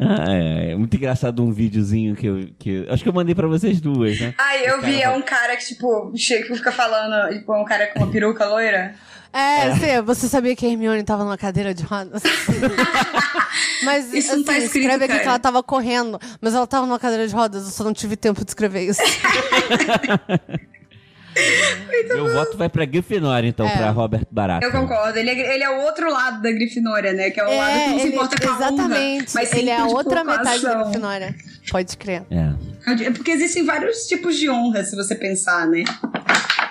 H: Ah, é, é muito engraçado um videozinho que eu, que eu- acho que eu mandei pra vocês duas, né?
G: Ai, eu vi, é um cara que, tipo, chega que fica falando, tipo, é um cara com uma peruca loira.
F: É, Sim, você sabia que a Hermione tava numa cadeira de rodas? Mas
G: Isso não tá
F: assim,
G: escrito,
F: escreve aqui
G: cara.
F: que ela tava correndo, mas ela tava numa cadeira de rodas, eu só não tive tempo de escrever isso.
H: Meu voto vai pra Grifinória, então,
F: É.
H: pra Robert Barato.
G: Eu concordo. Ele é, ele é o outro lado da Grifinória, né? Que é o lado que
F: é,
G: não se
F: ele,
G: importa com a honra,
F: exatamente.
G: mas
F: ele
G: sempre,
F: é a
G: tipo,
F: outra
G: com a
F: metade da
G: ação.
F: Grifinória. Pode crer.
H: É.
G: É Porque existem vários tipos de honra, se você pensar, né?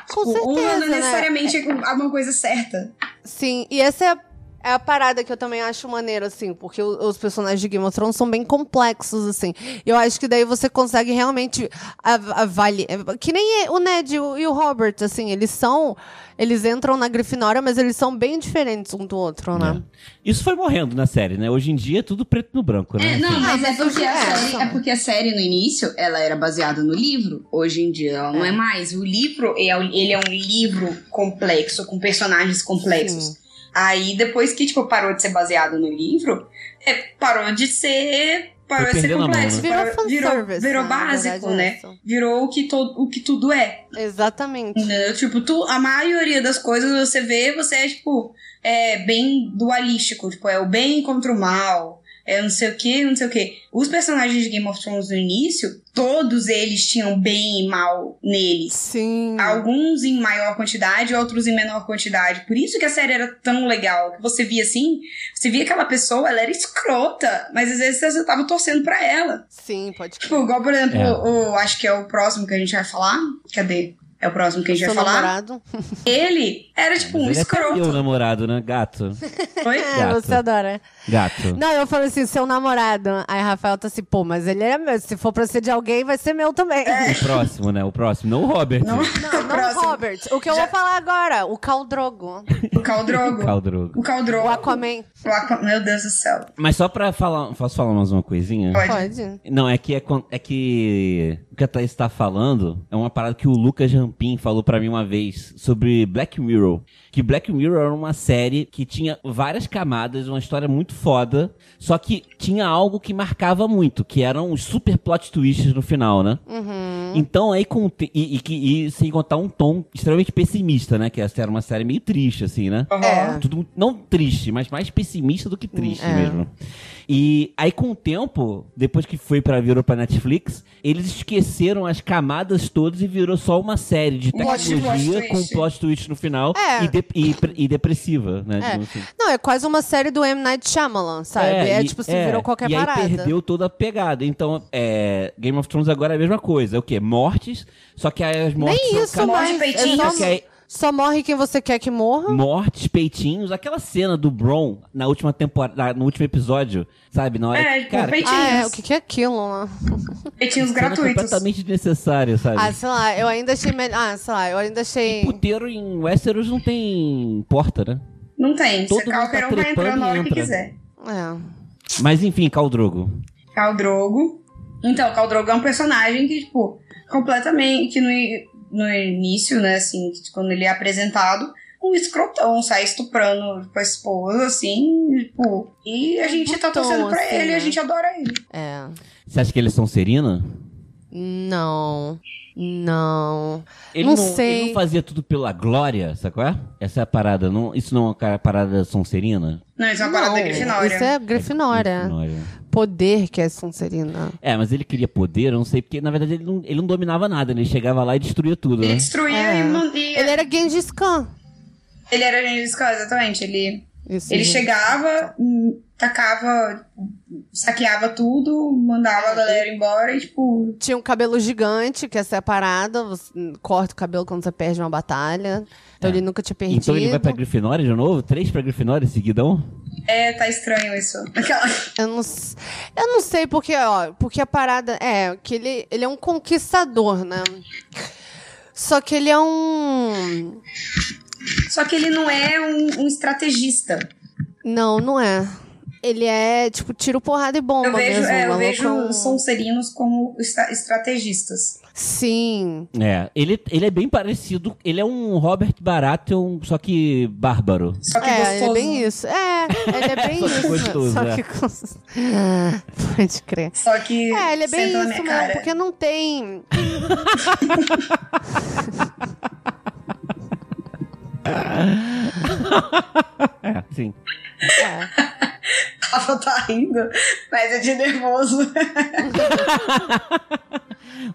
F: Com
G: Tipo, honra
F: certeza,
G: não
F: né?
G: necessariamente é alguma coisa certa.
F: Sim, e essa é a, é a parada que eu também acho maneiro, assim, porque o- os personagens de Game of Thrones são bem complexos, assim. E eu acho que daí você consegue realmente av- avaliar. Que nem o Ned e o, e o Robert, assim, eles são. Eles entram na Grifinória, mas eles são bem diferentes um do outro, né?
H: Isso foi morrendo na série, né? Hoje em dia é tudo preto no branco, né? Assim,
F: mas é porque a série- é
G: porque a série no início ela era baseada no livro. Hoje em dia ela não é mais. O livro é, ele é um livro complexo, com personagens complexos.
F: Sim.
G: Aí depois que tipo parou de ser baseado no livro, é, parou de ser parou
H: Foi
G: de ser
H: perdendo a mão, né?
G: complexo,
F: Virou
G: parou- virou,
F: fanservice.
G: virou
F: né? Na
G: básico,
F: verdade, é
G: né?
F: isso.
G: Virou o que todo o que tudo é.
F: Exatamente.
G: né? Tipo, tu, a maioria das coisas você vê, você é tipo é bem dualístico, tipo é o bem contra o mal. É não sei o que, não sei o que. Os personagens de Game of Thrones no início, todos eles tinham bem e mal neles.
F: Sim.
G: Alguns em maior quantidade, outros em menor quantidade. Por isso que a série era tão legal. Que você via assim, você via aquela pessoa, ela era escrota, mas às vezes você tava torcendo pra ela.
F: Sim, pode
G: Tipo,
F: crer.
G: igual, por exemplo,
H: É.
G: o, o- acho que é o próximo que a gente vai falar. Cadê? É o próximo que a gente
F: Seu
G: vai falar.
F: namorado.
G: Ele era tipo um
H: mas ele é meu
G: escroto.
H: namorado, né? Gato.
G: Foi?
F: É,
H: Gato.
F: você adora.
H: Gato.
F: Não, eu falo assim, seu namorado. Aí Rafael tá assim, pô, mas ele é meu. Se for pra ser de alguém, vai ser meu também.
H: O próximo, né? O próximo. Não o Robert.
G: Não,
F: Não, não o
G: É. próximo.
F: Robert. O que eu vou falar agora? O Khal Drogo.
G: O Caldrogo.
H: Caldrogo.
G: O Caldrogo.
F: O Aquaman.
G: O Aqua- Meu Deus do céu.
H: Mas só pra falar... Posso falar mais uma coisinha?
G: Pode.
F: Pode.
H: Não, é que, é, con- é que o que a Thaís tá falando é uma parada que o Lucas Rampin falou pra mim uma vez sobre Black Mirror. Que Black Mirror era uma série que tinha várias camadas, uma história muito foda, só que tinha algo que marcava muito, que eram os super plot twists no final, né? Então, aí, com, o te- e, e, que- e sem contar um tom extremamente pessimista, né? Que essa era uma série meio triste, assim, né?
F: É.
H: Tudo muito- não triste, mas mais pessimista do que triste
F: é.
H: mesmo. E aí, com o tempo, depois que foi pra virou pra Netflix, eles esqueceram as camadas todas e virou só uma série de
F: Um
G: Plot-
H: tecnologia
G: plot
H: com
G: twist.
H: plot twist no final
F: É.
H: e, de- e pre- e depressiva, né?
F: É.
H: digamos assim.
F: Não, é quase uma série do M. Night Shyamalan, sabe? É,
H: e-
F: tipo, se
H: é,
F: virou qualquer
H: e aí
F: parada.
H: perdeu toda a pegada. Então, é, Game of Thrones agora é a mesma coisa. É o quê? Mortes, só que aí as mortes
F: Nem
H: são
F: isso,
H: ca-
G: Morre
F: mas... é
G: peitinho.
F: só,
H: Só que aí-
F: só morre quem você quer que
H: Hum.
F: morra.
H: mortes, peitinhos, aquela cena do Bron na última temporada, no último episódio, sabe? Na hora
G: É,
H: que,
G: tipo,
H: cara,
G: peitinhos.
F: Ah, é. O que, que é aquilo lá?
G: Peitinhos
H: cena é
G: gratuitos.
H: completamente desnecessária, sabe?
F: Ah, sei lá, eu ainda achei melhor. Ah, sei lá, eu ainda achei.
H: Puteiro em Westeros não tem porta, né?
G: Não tem.
H: Todo
G: Você
H: mundo tá
G: qualquer um vai entrar
H: trepando
G: na
H: e
G: hora que
H: entra.
G: quiser.
F: É.
H: Mas enfim, Caldrogo.
G: Caldrogo. Então, o Caldrogo é um personagem que, tipo, completamente. que no, i- no início, né, assim, que quando ele é apresentado, um escrotão, sai estuprando com a esposa, assim, tipo. E a gente tá
F: Putão,
G: torcendo pra
F: É assim,
G: ele,
F: né?
G: a gente adora ele.
F: É.
H: Você acha que eles são serina?
F: Não. Não.
H: Ele
F: Não
H: Ele
F: sei.
H: não fazia tudo pela glória, sabe qual é? Essa é a parada. Não, isso não é uma cara- parada sonserina?
G: Não, isso é uma parada
F: Não,
G: grifinória.
F: Isso é Grifinória.
H: Grifinória.
F: Poder que é Sonserina.
H: É, mas ele queria poder, eu não sei, porque na verdade ele não, ele não dominava nada, ele chegava lá e destruía tudo,
G: Ele
H: né?
G: destruía
F: É.
G: e, man- e
F: Ele era Genghis Khan.
G: ele era Gengis Khan, exatamente. Ele,
F: Isso,
G: ele
F: gente.
G: chegava, hum, tacava, saqueava tudo, mandava a galera embora e, tipo,
F: Tinha um cabelo gigante, que essa é a parada. Você corta o cabelo quando você perde uma batalha. Então
H: É.
F: ele nunca tinha perdido.
H: Então ele vai pra Grifinória de novo? Três pra Grifinória seguidão?
G: é, tá estranho isso. Aquela-
F: Eu não, s- eu não sei porque, ó, porque a parada é que ele, ele é um conquistador, né? Só que ele é um.
G: Só que ele não é um, um estrategista.
F: Não, não é. Ele é tipo tiro, porrada e bomba
G: eu vejo,
F: mesmo.
G: é,
F: o
G: eu
F: maluco é
G: vejo
F: um-
G: os sonserinos como estra- estrategistas.
F: Sim.
H: É, ele, ele é bem parecido, ele é um Robert Baratheon, só que bárbaro.
G: Só que
F: É, ele
G: gostoso. né?
F: é bem isso. É, ele é bem
H: Só que
F: isso.
H: gostoso,
F: Só
H: é.
F: que gostoso. Pode crer.
G: Só que.
F: É, ele é bem
G: senta na
F: isso
G: minha
F: mesmo,
G: cara.
F: porque não tem.
H: É, sim.
F: É.
G: Rafa tá rindo, mas é de nervoso.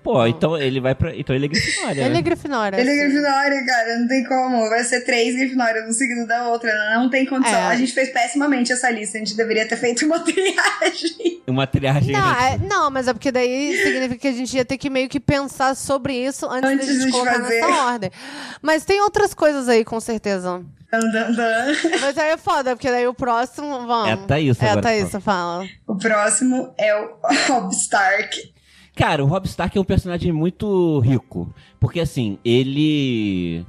H: Pô, então ele vai pra. Então ele é Grifinória.
F: Ele é
H: né?
F: Grifinória.
G: Ele é
F: assim.
G: Grifinória, cara, não tem como. Vai ser três Grifinórias, um seguido da outra. Não tem condição.
F: É.
G: A gente fez pessimamente essa lista. A gente deveria ter feito uma triagem.
H: Uma triagem.
F: Não, é- não, mas é porque daí significa que a gente ia ter que meio que pensar sobre isso antes,
G: Antes
F: da gente
G: de
F: colocar
G: fazer.
F: nessa ordem. Mas tem outras coisas aí, com certeza.
G: Dan, dan, dan.
F: Mas aí é foda, porque daí o próximo. Vamos.
H: É a Thaís
F: É,
H: agora,
F: tá isso,
H: fala.
F: fala.
G: O próximo é o Rob Stark.
H: Cara, o Rob Stark é um personagem muito rico. Porque assim, ele.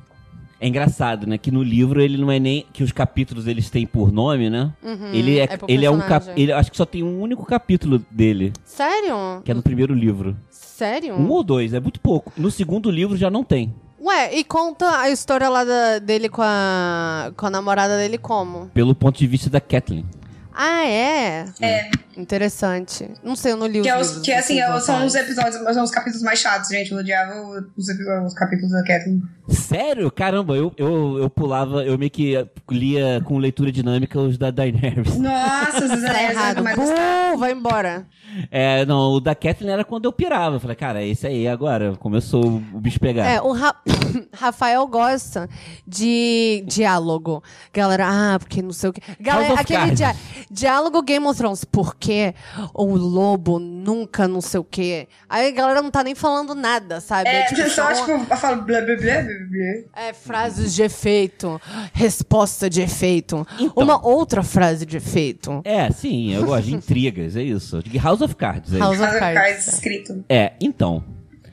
H: É engraçado, né? Que no livro ele não é nem. Que os capítulos eles têm por nome, né?
F: Uhum,
H: ele é,
F: pro
H: ele é um cap,
F: personagem.
H: ele Acho que só tem um único capítulo dele,
F: Sério?
H: que é no primeiro livro.
F: Sério?
H: Um ou dois, é muito pouco. No segundo livro já não tem.
F: Ué, e conta a história lá da- dele com a, com a namorada dele como?
H: Pelo ponto de vista da Kathleen.
F: Ah, é?
G: É.
F: Interessante. Não sei, eu não li os
G: Que, é os-
F: livros,
G: que, assim,
F: vocês vão
G: são
F: falar.
G: os episódios, mas são os capítulos mais chatos, gente. Eu odiava os, episódios, os capítulos da Catherine.
H: Sério? Caramba, eu, eu, eu pulava, eu meio que lia com leitura dinâmica os da Daenerys.
G: Nossa, os
F: Tá
G: anéis
F: errado.
G: mais
F: Uh, vai embora.
H: É, não, o da Kathleen era quando eu pirava. Eu Falei, cara, esse aí agora, começou o bicho pegar.
F: É, o Ra- Rafael gosta de diálogo. Galera, ah, porque não sei o quê. Galera,
H: House of
F: aquele
H: Cards.
F: dia- diálogo Game of Thrones. Por quê? O lobo nunca não sei o quê. Aí a galera não tá nem falando nada, sabe?
G: É, só,
F: só-
G: tipo, eu falo blá blá blá blá blá.
F: é, frases de efeito, resposta de efeito,
H: Então.
F: uma outra frase de efeito.
H: É, sim, eu gosto de intrigas, é isso. De House of Cards, é isso.
F: House of
G: Fala cards
F: Cards.
G: escrito.
H: É, então.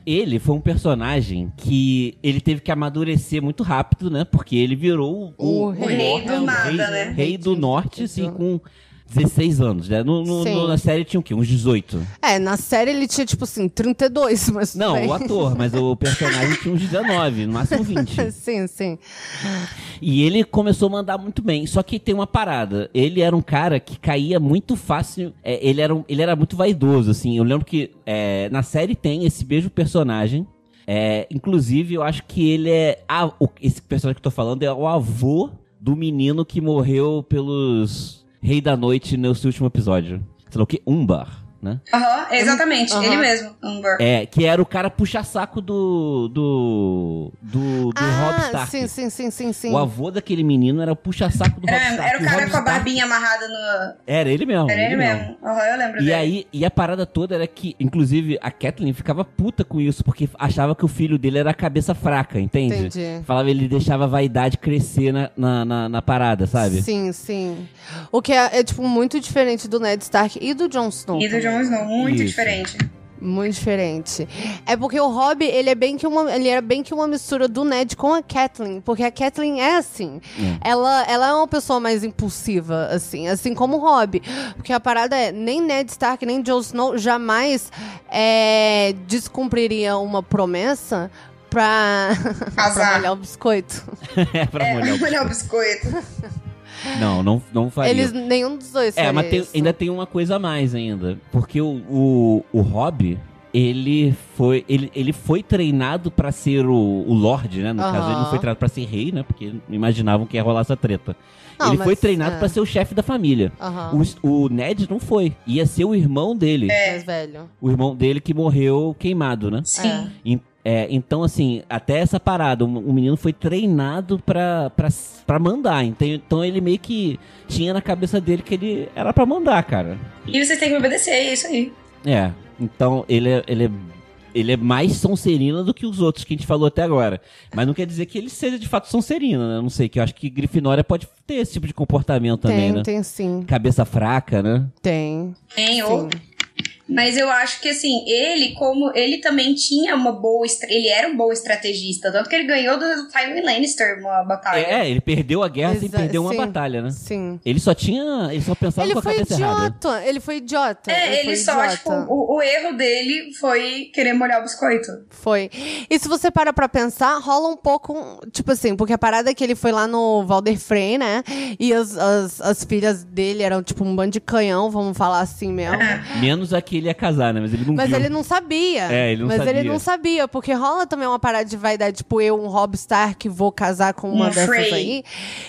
H: Ele foi um personagem que ele teve que amadurecer muito rápido, né? Porque ele virou
F: O
H: o,
F: rei
H: norte,
G: do
H: o
G: nada,
H: rei,
G: né?
H: rei do norte, assim, com 16 anos, né? No, no-
F: Sim.
H: no- na série tinha o quê? Uns 18.
F: É, na série ele tinha, tipo assim, 32, mas. tudo
H: Não,
F: bem.
H: o ator, mas o personagem tinha uns 19, no máximo 20.
F: Sim, sim.
H: E ele começou a mandar muito bem. Só que tem uma parada. Ele era um cara que caía muito fácil. é, ele, era um- ele era muito vaidoso, assim. Eu lembro que é, na série tem esse mesmo personagem. É, inclusive, eu acho que ele é. a- o- esse personagem que eu tô falando é o avô do menino que morreu pelos Rei da Noite nesse último episódio. Sei lá o que? Umbar, né?
G: Aham, exatamente.
F: Aham.
G: Ele mesmo, Amber.
H: É, que era o cara puxa-saco do. do. do, do Rob
F: ah,
H: Stark.
F: sim, sim, sim, sim, sim.
H: O avô daquele menino era o puxa-saco do Rob
G: É, Era,
H: Stark.
G: era o
H: Rob
G: cara com a
H: Stark-
G: barbinha amarrada no.
H: Era ele mesmo.
G: Era ele mesmo. Aham, eu lembro
H: E
G: dele.
H: aí, e a parada toda era que, inclusive, a Kathleen ficava puta com isso, porque achava que o filho dele era a cabeça fraca, entende?
F: Entendi.
H: Falava, ele deixava a vaidade crescer na, na, na, na parada, sabe?
F: Sim, sim. O que é, é, tipo, muito diferente do Ned Stark e do Jon Snow.
G: E do Jon Snow, muito
H: Isso.
G: diferente.
F: Muito diferente. É porque o Robb, ele é bem que uma, ele era bem que uma mistura do Ned com a Catelyn, porque a Catelyn é assim.
H: Hum.
F: Ela, ela é uma pessoa mais impulsiva, assim, assim como o Robb. Porque a parada é, nem Ned Stark, nem Jon Snow jamais é, descumpriria uma promessa pra, pra
G: Casar.
F: molhar o biscoito.
H: é pra
G: É,
H: molhar.
G: molhar o biscoito.
H: o- Não, não, não faria.
F: Eles, nenhum dos dois
H: É,
F: faria
H: mas tem-
F: isso.
H: ainda tem uma coisa a mais ainda. Porque o, o, o Hobby, ele foi, ele, ele foi treinado pra ser o, o Lorde, né? No caso, ele não
F: Aham.
H: foi treinado pra ser rei, né? Porque não imaginavam que ia rolar essa treta.
F: Não,
H: ele
F: mas-
H: foi treinado
F: é. Ah.
H: pra ser o chefe da família.
F: Aham,
H: O, o Ned não foi. Ia ser o irmão dele.
F: mais velho.
H: O irmão dele que morreu queimado, né?
G: Sim.
H: É, então, assim, até essa parada, o, o menino foi treinado pra, pra, pra mandar. Então, então ele meio que tinha na cabeça dele que ele era pra mandar, cara.
G: E vocês têm que me obedecer, é isso aí.
H: É, então ele é, ele é, ele é mais Sonserina do que os outros que a gente falou até agora. Mas não quer dizer que ele seja de fato Sonserina, né? Não sei, que eu acho que Grifinória pode ter esse tipo de comportamento também,
F: tem,
H: né?
F: tem sim.
H: Cabeça fraca, né?
F: Tem.
G: Tem, ou
F: Sim.
G: Mas eu acho que assim, ele, como ele também tinha uma boa. estra- Ele era um bom estrategista, tanto que ele ganhou do Tywin Lannister uma batalha.
H: É, ele perdeu a guerra sem
F: Exa-
H: perder uma
F: sim.
H: batalha, né?
F: Sim.
H: Ele só tinha. Ele só pensava
F: Ele
H: com a
F: foi
H: cabeça errada.
F: idiota. Ele foi idiota.
G: É,
F: foi
G: ele só,
F: idiota.
G: tipo, o, o erro dele foi querer molhar o biscoito.
F: Foi. E se você para pra pensar, rola um pouco. um- Tipo assim, porque a parada é que ele foi lá no Valder Frey, né? E as, as, as filhas dele eram tipo um bando de canhão, vamos falar assim mesmo.
G: É.
H: né? Menos a que ele ia casar, né? Mas ele não
F: Mas
H: viu.
F: ele não sabia.
H: É, ele não
F: Mas ele
H: sabia.
F: não sabia, porque rola também uma parada de vaidade, tipo, eu, um Rob Stark, vou casar com uma
G: Um
F: dessas
G: Frey.
F: aí.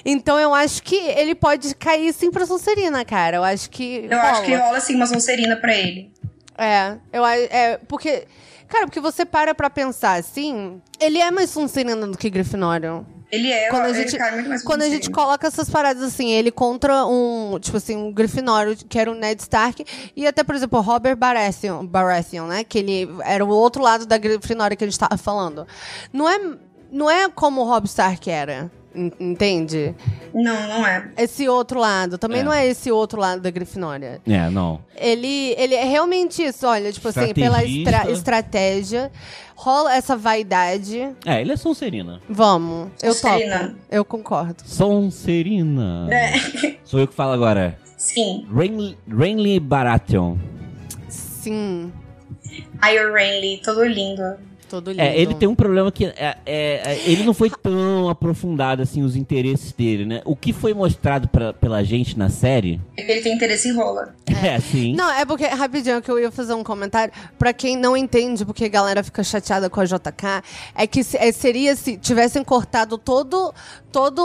F: Então eu acho que ele pode cair sim pra Sonserina, cara. Eu acho que.
G: Eu acho que rola assim uma sonserina pra ele.
F: É, eu a- é porque cara, porque você para pra pensar assim, ele é mais Sonserina do que Grifinória.
G: Ele é,
F: Quando a
G: ele
F: gente-
G: cai muito mais pra
F: Quando a
G: Sonserina.
F: gente coloca essas paradas assim, ele contra um, tipo assim, um Grifinório, que era o Ned Stark, e até, por exemplo, o Robert Baratheon, Baratheon, né, que ele era o outro lado da Grifinória que a gente tava falando. Não é, não é como o Rob Stark era, en- entende?
G: Não, não é.
F: Esse outro lado, também
H: É.
F: não é esse outro lado da Grifinória.
H: É, não.
F: Ele, ele é realmente isso, olha, tipo assim, pela estra-
H: Estrategista.
F: estratégia, rola essa vaidade.
H: É, ele é Sonserina.
F: Vamos, eu
G: Sonserina.
F: topo. Eu concordo.
H: Sonserina.
G: É.
H: Sou eu que falo agora.
G: Sim.
H: Rain- Renly Baratheon.
F: Sim,
G: Iron Rainley, todo lindo.
F: todo lindo.
H: É, ele tem um problema que é, é, é, ele não foi tão aprofundado assim os interesses dele, né? O que foi mostrado pra, pela gente na série?
G: É que Ele tem interesse em rola.
H: É, assim.
F: Não, é porque, rapidinho, que eu ia fazer um comentário. Pra quem não entende, porque a galera fica chateada com a JK, é que se- é, seria se tivessem cortado todo, todo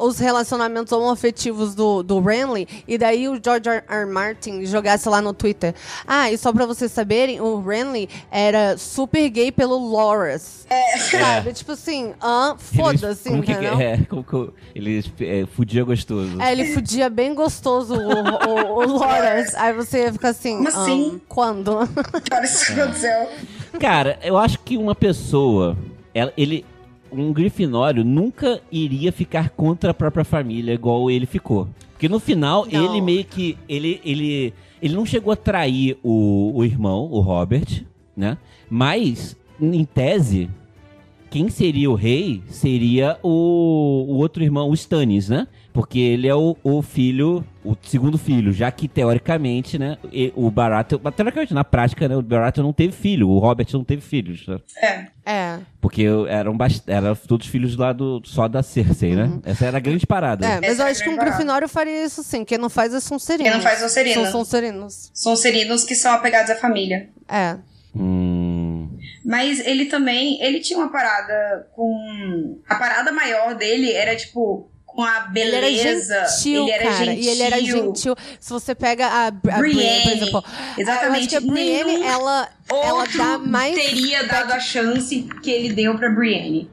F: os relacionamentos homoafetivos do, do Renly, e daí o George R. R. Martin jogasse lá no Twitter. Ah, e só pra vocês saberem, o Renly era super gay pelo Loras. É. Sabe? Tipo assim, ah,
H: Eles-
F: foda-se,
H: como que,
F: entendeu?
H: é, como que eu- Ele é, fudia gostoso.
F: É, ele fudia bem gostoso o, o, o Lawrence. Aí você ia ficar assim.
G: Como
F: "Ahn,
G: assim?"
F: quando?
G: Olha isso que aconteceu.
H: Cara, eu acho que uma pessoa, ela- ele, um grifinório nunca iria ficar contra a própria família igual ele ficou. Porque no final
F: Não.
H: ele meio que ele ele ele não chegou a trair o, o irmão, o Robert, né? Mas em tese quem seria o rei seria o, o outro irmão, o Stannis, né? Porque ele é o, o filho, o segundo filho, já que teoricamente, né, e- o Baratheon, mas teoricamente, na prática, né, o Baratheon não teve filho, o Robert não teve filhos, né?
G: É.
F: É.
H: Porque eram, bast- eram todos filhos lá do, só da Cersei, né? Essa era a grande parada.
F: Uhum. É, mas
G: Essa
F: eu
G: é
F: acho que um
G: bem barato.
F: Grifinório faria isso sim. Quem não faz é Sonserino.
G: Quem não faz é Sonserino.
F: São Sonserinos.
G: Sonserinos que são apegados à família.
F: É.
H: Hum,
G: Mas ele também, ele tinha uma parada com. A parada maior dele era, tipo, com a
F: Ele era
G: beleza.
F: gentil,
G: ele era
F: cara.
G: gentil.
F: E ele era gentil. Se você pega a, a Brienne, por
G: Brienne.
F: exemplo. Eu acho
G: Exatamente.
F: que a Brienne,
G: Nenhum
F: ela, ela
G: outro
F: dá mais...
G: teria dado a chance que ele deu pra Brienne.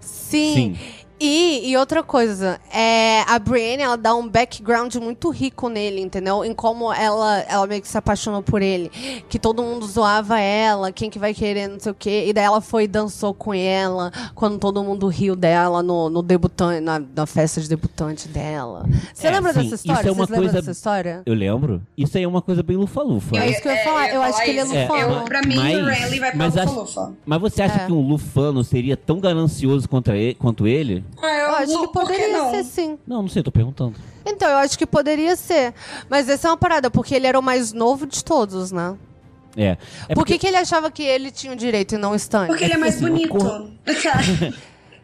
F: Sim.
H: sim.
F: E, e outra coisa, é, a Brienne, ela dá um background muito rico nele, entendeu? Em como ela, ela meio que se apaixonou por ele. Que todo mundo zoava ela, quem que vai querer, não sei o quê. E daí ela foi e dançou com ela, quando todo mundo riu dela no, no debutante, na, na festa de debutante dela. Você
H: É,
F: lembra
H: sim,
F: dessa história?
H: isso é uma
F: Vocês lembram
H: coisa-
F: dessa história?
H: Eu lembro. Isso aí é uma coisa bem lufa-lufa.
F: É
H: né?
F: isso que eu ia falar. Eu acho que ele é
G: isso.
F: lufano.
G: Eu, pra mim,
H: Mas-
G: o Renly vai pra
H: mas acho-
G: Lufa-Lufa.
H: Mas você acha
F: É.
H: que um lufano seria tão ganancioso contra ele- quanto ele?
G: Ah,
F: Eu acho
G: não-
F: que
G: por
F: poderia
G: não?
F: ser sim.
H: Não, não sei, tô perguntando.
F: Então, eu acho que poderia ser. Mas essa é uma parada, porque ele era o mais novo de todos, né?
H: É. É
F: Por que, que ele achava que ele tinha o direito e não o Stanley?
G: Porque ele é mais
H: Assim, uma
G: bonito.
H: cor-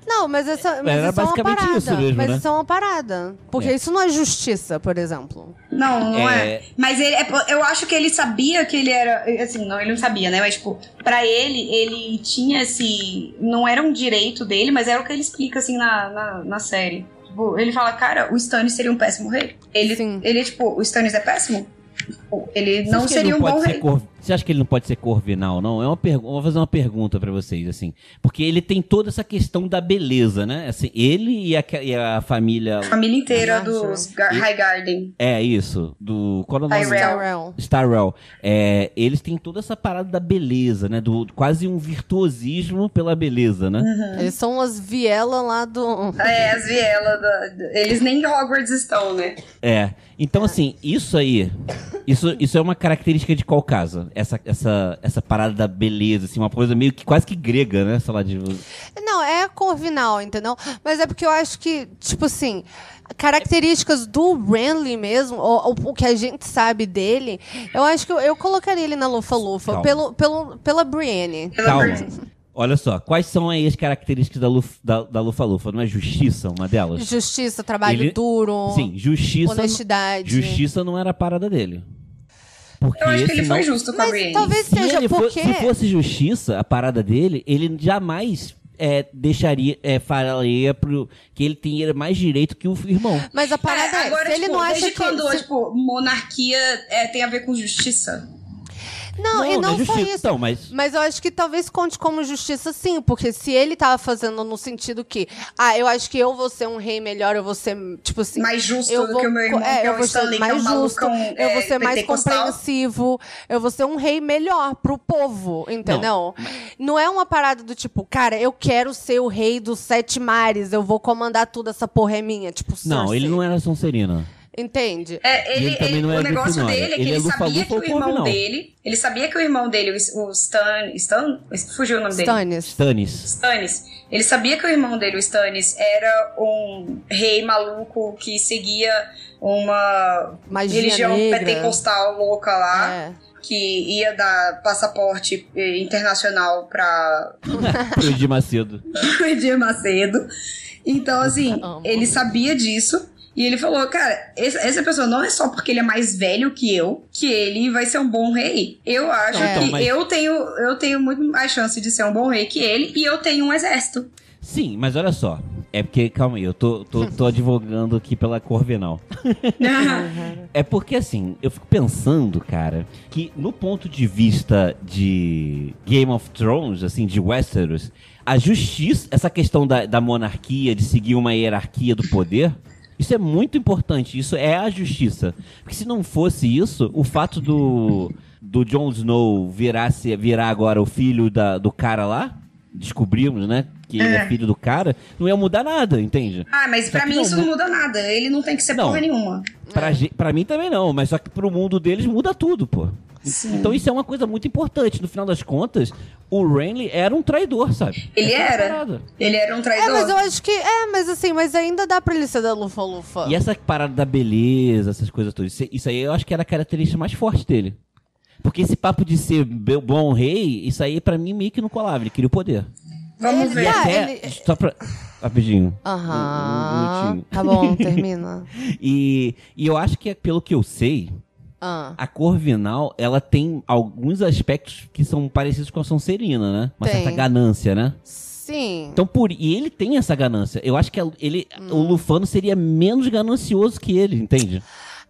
F: Não, mas, essa, mas
H: Era
F: isso é uma
H: basicamente
F: parada.
H: isso mesmo,
F: mas
H: né?
F: isso é uma parada. Porque
H: É.
F: isso não é justiça, por exemplo.
G: Não, não é.
H: É.
G: Mas ele, é- eu acho que ele sabia que ele era. Assim, não, ele não sabia, né? Mas, tipo, pra ele, ele tinha esse. Não era um direito dele, mas era o que ele explica, assim, na, na, na série. Tipo, ele fala, cara, o Stannis seria um péssimo rei. Ele,
F: Sim.
G: ele tipo, o Stannis é péssimo? Tipo, Ele
H: Você
G: não
H: acha que ele
G: seria um
H: pode
G: bom
H: ser
G: rei.
H: cor- Você acha que ele não pode ser corvinal, não? É uma pergu- Vou fazer uma pergunta pra vocês, assim. Porque ele tem toda essa questão da beleza, né? Assim, ele e a, e a família.
G: A família inteira
F: Nossa.
G: dos Ga- High Garden.
H: É isso. Do. Qual é o nome?
G: Tyrell.
F: Tyrell.
H: Starrell, é, eles têm toda essa parada da beleza, né? Do, quase um virtuosismo pela beleza, né?
G: Uhum.
F: Eles são as vielas lá do.
G: É, as vielas. da- da- Eles nem em Hogwarts estão, né?
H: É. Então, assim, isso aí. Isso, isso é uma característica de qual casa? Essa, essa, essa parada da beleza, assim, uma coisa meio que quase que grega, né? Sei lá, de.
F: Não, é corvinal, entendeu? Mas é porque eu acho que, tipo assim, características do Renly mesmo, ou, ou o que a gente sabe dele, eu acho que eu, eu colocaria ele na Lufa-Lufa,
H: Calma.
F: pelo, pelo, pela Brienne.
G: Pela
H: Calma.
G: Britney.
H: Olha só, quais são aí as características da, Luf, da, da Lufa-Lufa? Não é justiça uma delas?
F: Justiça, trabalho
H: Ele-
F: duro,
H: Sim, é justiça.
F: honestidade.
H: Justiça não era a parada dele. Porque
G: Eu acho que ele
H: senão-
G: foi justo com a
F: Mas
G: Brienne.
F: talvez
H: Se,
F: seja
H: ele fo-
F: porque.
H: se fosse justiça, a parada dele, ele jamais é, deixaria, é, falaria pro, que ele tinha mais direito que o irmão.
F: Mas a parada é,
G: agora,
F: se ele
G: tipo,
F: não acha
G: desde
F: que.
G: quando,
F: se-
G: tipo, monarquia é, tem a ver com justiça?
F: Não, e não
H: é
F: só
H: justiça,
F: isso.
H: Então, mas
F: Mas eu acho que talvez conte como justiça sim, porque se ele tava fazendo no sentido que, ah, eu acho que eu vou ser um rei melhor, eu vou ser, tipo assim.
G: Mais justo
F: eu
G: do
F: vou,
G: que o meu irmão,
F: é,
G: que é
F: eu
G: o
F: vou
G: Stanley,
F: ser
G: que é
F: mais
G: um
F: justo,
G: malucão,
F: eu vou
G: é,
F: ser mais
G: pentecostal.
F: compreensivo, eu vou ser um rei melhor pro povo, entendeu? Não. é uma parada do tipo, cara, eu quero ser o rei dos sete mares, eu vou comandar tudo, essa porra é minha, tipo,
H: não,
F: Cersei.
H: ele não era Sonserina.
F: Entende?
G: É,
H: E
G: ele,
H: ele também
G: ele-
H: não é
G: o negócio
H: Grifinória.
G: dele é que
H: Ele
G: ele,
H: é Lufa-Lufa
G: sabia que
H: ou
G: o irmão
H: Corvinal.
G: dele. Ele sabia que o irmão dele, o, o Stan. Stan? Fugiu o nome dele.
F: Stannis.
H: Stannis.
G: Stannis. Ele sabia que o irmão dele, o Stannis, era um rei maluco que seguia uma
F: Magia
G: religião
F: negra.
G: pentecostal louca lá.
F: É.
G: que ia dar passaporte eh, internacional pra
H: Pro de Macedo.
G: pro Edir Macedo. Então, assim,
F: Amo.
G: ele sabia disso. E ele falou, cara, essa, essa pessoa não é só porque ele é mais velho que eu, que ele vai ser um bom rei. Eu acho
H: Não, então,
G: que
H: mas-
G: eu tenho eu tenho muito mais chance de ser um bom rei que ele, e eu tenho um exército.
H: Sim, mas olha só. É porque, calma aí, eu tô, tô, tô advogando aqui pela Corvenal. É porque assim, eu fico pensando, cara, que no ponto de vista de Game of Thrones, assim, de Westeros, a justiça, essa questão da, da monarquia, de seguir uma hierarquia do poder, isso é muito importante. Isso é a justiça. Porque se não fosse isso, o fato do, do Jon Snow virar, se- virar agora o filho da- do cara lá, descobrimos, né? Que ele é filho do cara, não ia mudar nada, entende?
G: ah, mas
H: Só
G: pra
H: que
G: mim
H: não,
G: isso não muda nada. Ele não tem que ser
H: Não.
G: porra nenhuma.
H: Pra, gen- pra mim também não, mas só que pro mundo deles muda tudo, pô. Então isso é uma coisa muito importante. No final das contas, o Renly era um traidor, sabe?
G: Ele
H: Essa é a
G: era.
H: parada.
G: Ele era um
F: É,
G: traidor.
F: mas eu acho que. É, mas assim, mas ainda dá pra ele ser da Lufa-Lufa.
H: E é essa parada da beleza, essas coisas todas, isso- isso aí eu acho que era a característica mais forte dele. Porque esse papo de ser be- bom rei, isso aí pra mim meio que não colava, ele queria o poder.
G: Vamos
F: ele-
G: ver.
H: E
F: Ah,
H: até,
F: ele-
H: só pra... Rapidinho. Um- um
F: Aham.
H: minutinho.
F: Tá bom, termina.
H: E, e eu acho que, é pelo que eu sei,
F: Ah.
H: A Corvinal, ela tem alguns aspectos que são parecidos com a Sonserina, né? Uma
F: Tem.
H: certa ganância, né?
F: Sim.
H: Então, por... E ele tem essa ganância. Eu acho que a- ele, o
G: Hum.
H: Lufano seria menos ganancioso que ele, entende?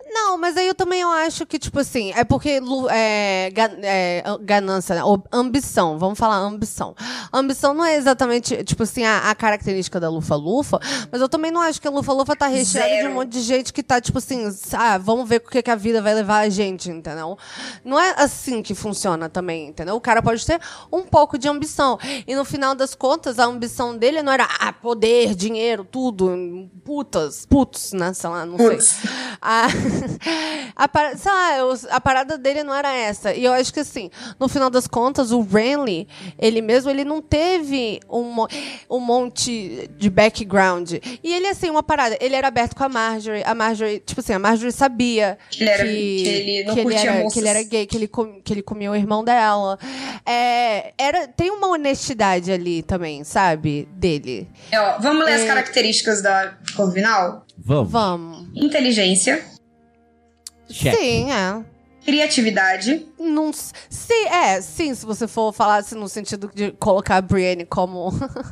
F: Não, mas aí eu também eu acho que, tipo assim, é porque lu- é, ga- é, ganância, né? Ou ambição, vamos falar ambição. Ambição não é exatamente, tipo assim, a, a característica da Lufa-Lufa, mas eu também não acho que a Lufa-Lufa tá recheada de
G: Zero.
F: um monte de gente que tá, tipo assim, ah, vamos ver o que, que a vida vai levar a gente, entendeu? Não é assim que funciona também, entendeu? O cara pode ter um pouco de ambição. E no final das contas, a ambição dele não era ah, poder, dinheiro, tudo, putas, putos, né? Sei lá, não sei.
G: Putz.
F: A, A par... Sei lá, eu- a parada dele não era essa. E eu acho que, assim, no final das contas, o Renly, ele mesmo, ele não teve um, mo- um monte de background. E ele, assim, uma parada. Ele era aberto com a Marjorie. A Marjorie, tipo assim, a Marjorie sabia
G: Que ele era-
F: que,
G: que ele não
F: que ele
G: curtia
F: era,
G: moças.
F: que ele era gay, que ele, com- que ele comia o irmão dela. É, era, tem uma honestidade ali também, sabe? Dele.
G: É, ó, vamos ler as características da Corvinal?
H: Vamos.
F: Vamos.
G: Inteligência,
H: Check.
F: Sim, é.
G: criatividade,
F: Não, s- sim, é, sim, se você for falar assim, no sentido de colocar a Brienne como.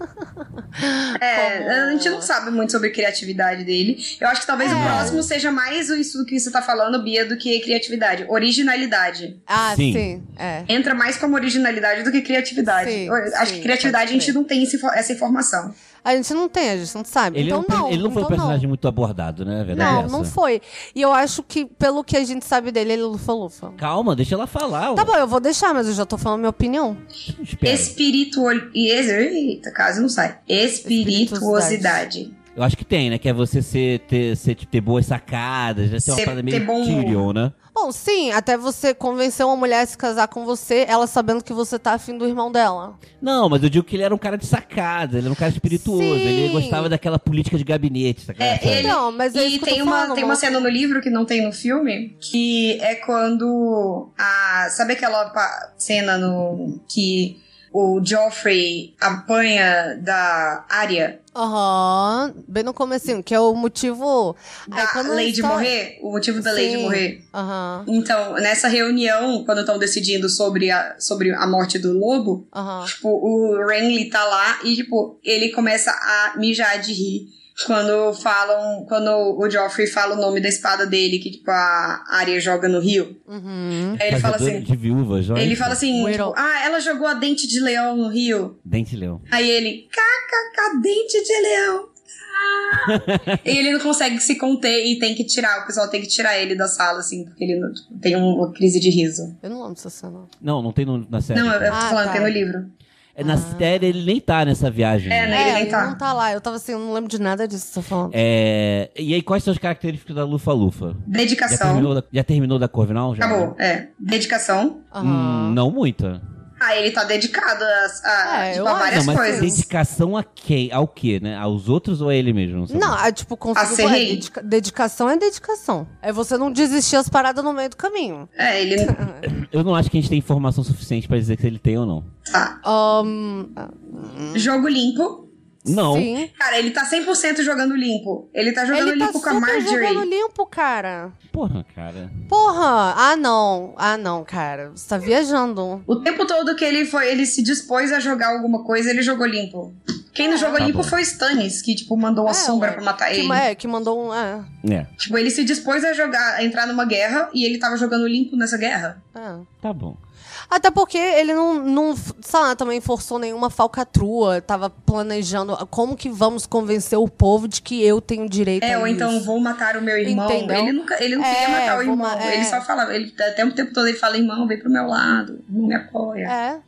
G: É,
F: como-
G: a gente não sabe muito sobre a criatividade dele. Eu acho que talvez o
F: É.
G: próximo seja mais o- isso que você tá falando, Bia, do que criatividade. Originalidade.
F: Ah,
H: Sim.
F: sim, é.
G: Entra mais como originalidade do que criatividade.
F: Sim,
G: Eu acho
F: sim,
G: que criatividade a
F: pode
G: gente não tem esse info- essa informação.
F: A gente não tem, a gente não sabe.
H: Ele,
F: então
H: não,
F: não.
H: ele não foi um
F: então
H: personagem muito abordado, né? A
F: Não,
H: verdade é
F: não,
H: essa.
F: não foi. E eu acho que, pelo que a gente sabe dele, ele é lufa-lufa.
H: Calma, deixa ela falar.
F: Tá
H: ué.
F: bom, eu vou deixar, mas eu já tô falando minha opinião.
H: Espera.
G: Espiritual... e ex- Eita, caso não sai. Espirituosidade.
H: Eu acho que tem, né? Que é você ser, ter, ser, tipo, ter boas sacadas, né? Ser uma
G: Ser-
H: parada
G: ter
H: meio
G: bom humor.
H: Tyrion, né?
F: Bom, sim, até você convencer uma mulher a se casar com você, ela sabendo que você tá afim do irmão dela.
H: Não, mas eu digo que ele era um cara de sacada, ele era um cara espirituoso,
F: Sim.
H: ele gostava daquela política de gabinete, sacada,
G: É,
H: sabe?
G: Ele-
F: Não, mas é
G: E
F: isso que eu
G: tem,
F: tô
G: uma,
F: falando,
G: tem uma
F: mas-
G: cena no livro que não tem no filme, que é quando a. Sabe aquela pa- cena no que o Joffrey apanha da Arya,
F: Aham, bem no comecinho, que é o motivo...
G: da
F: Ai, quando a
G: Lady
F: história-
G: morrer? O motivo da Lady
F: Sim.
G: morrer.
F: Aham,
G: Então, nessa reunião, quando estão decidindo sobre a, sobre a morte do lobo,
F: aham.
G: tipo, o Renly tá lá e, tipo, ele começa a mijar de rir quando falam. Quando o Joffrey fala o nome da espada dele, que, tipo, a Arya joga no rio.
F: Uhum.
G: Aí ele fala
H: Fazedor
G: assim.
H: de é viúva, já.
G: Ele fala assim,
F: Whittle.
G: tipo, ah, ela jogou a dente de leão no rio.
H: Dente leão.
G: Aí ele, kkk, dente de leão. Ah. e ele não consegue se conter e tem que tirar, o pessoal tem que tirar ele da sala, assim, porque ele não- tem uma crise de riso.
F: Eu não lembro dessa cena.
H: Não, não tem no- na série.
G: Não, é eu, eu tô
F: Ah,
G: falando,
F: tá.
G: tem no livro.
H: É, Na série ele nem tá nessa viagem.
G: Ah. É, né? Ele nem tá.
F: não tá lá. Eu tava assim, eu não lembro de nada disso que você tá falando.
H: É, E aí, quais são as características da Lufa Lufa? Já
G: Dedicação.
H: terminou da, já terminou da Corvinal? Já?
G: Acabou, é. Dedicação.
F: Aham.
H: Hum, não muita.
G: Ah, ele tá dedicado a, a-
F: É,
G: tipo,
F: eu
G: a
F: acho.
G: várias
H: não, mas
G: coisas.
H: dedicação a quem? Ao quê, né? Aos outros ou a ele mesmo? sabe?
F: Não, é tipo, consigo...
G: A ser
F: é,
G: rei.
F: dedica- dedicação é dedicação. É você não desistir as paradas no meio do caminho.
G: É, ele.
H: Eu não acho que a gente tem informação suficiente pra dizer se ele tem ou não.
G: Tá.
F: Ahn,
G: Jogo limpo.
H: Não.
F: Sim.
G: Cara, ele tá 100% jogando limpo. Ele tá jogando
F: Ele tá
G: limpo com a
F: super
G: Marjorie.
F: jogando limpo, cara.
H: Porra, cara.
F: Porra! Ah, não. Ah, não, cara. Você tá viajando.
G: O tempo todo que ele foi, ele se dispôs a jogar alguma coisa, ele jogou limpo. Quem não jogou
H: Tá
G: limpo
H: bom.
G: foi Stannis, que tipo mandou a
F: É,
G: sombra
F: ué.
G: pra matar
F: Que,
G: ele.
F: ma- é, que mandou um... É,
H: É,
G: Tipo, ele se dispôs a jogar, a entrar numa guerra e ele tava jogando limpo nessa guerra.
F: é.
H: tá bom.
F: Até porque ele não, não, sei lá, também forçou nenhuma falcatrua. Tava planejando como que vamos convencer o povo de que eu tenho direito
G: É,
F: a
G: ou então
F: isso.
G: vou matar o meu irmão.
F: Entendeu?
G: Ele nunca, ele não
F: É,
G: queria matar o
F: vou
G: irmão.
F: ma- é.
G: Ele só falava, ele até o tempo todo ele fala irmão, vem pro meu lado, não me apoia.
F: É,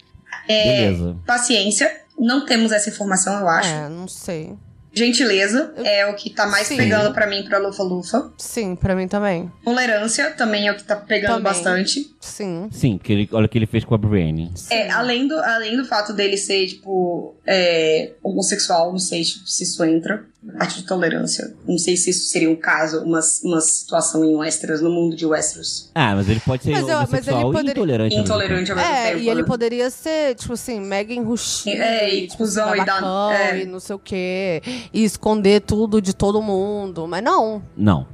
H: Beleza.
G: Paciência, não temos essa informação, eu acho.
F: é, não sei.
G: Gentileza é o que tá mais
F: Sim.
G: pegando pra mim pra Lufa Lufa.
F: Sim, pra mim também.
G: Tolerância também é o que tá pegando
F: Também.
G: bastante.
F: Sim.
H: Sim, porque ele, olha o que ele fez com a Brienne.
F: sim.
G: É, além do, além do fato dele ser, tipo, é, homossexual, não sei tipo, se isso entra na parte de tolerância. Não sei se isso seria um caso, uma, uma situação em Westeros, no mundo de Westeros.
H: Ah, mas ele pode ser
F: Mas eu- mas
H: homossexual
F: ele
H: e
F: poderia-
H: intolerante. ao mesmo
G: Intolerante ao mesmo
F: É,
G: tempo.
F: e ele
G: né?
F: poderia ser, tipo assim, mega enrustido.
G: É, e
F: tipo,
G: cuzão e
F: babacão
G: dá- é.
F: e não sei o quê. E esconder tudo de todo mundo. Mas não.
H: tempo. Não.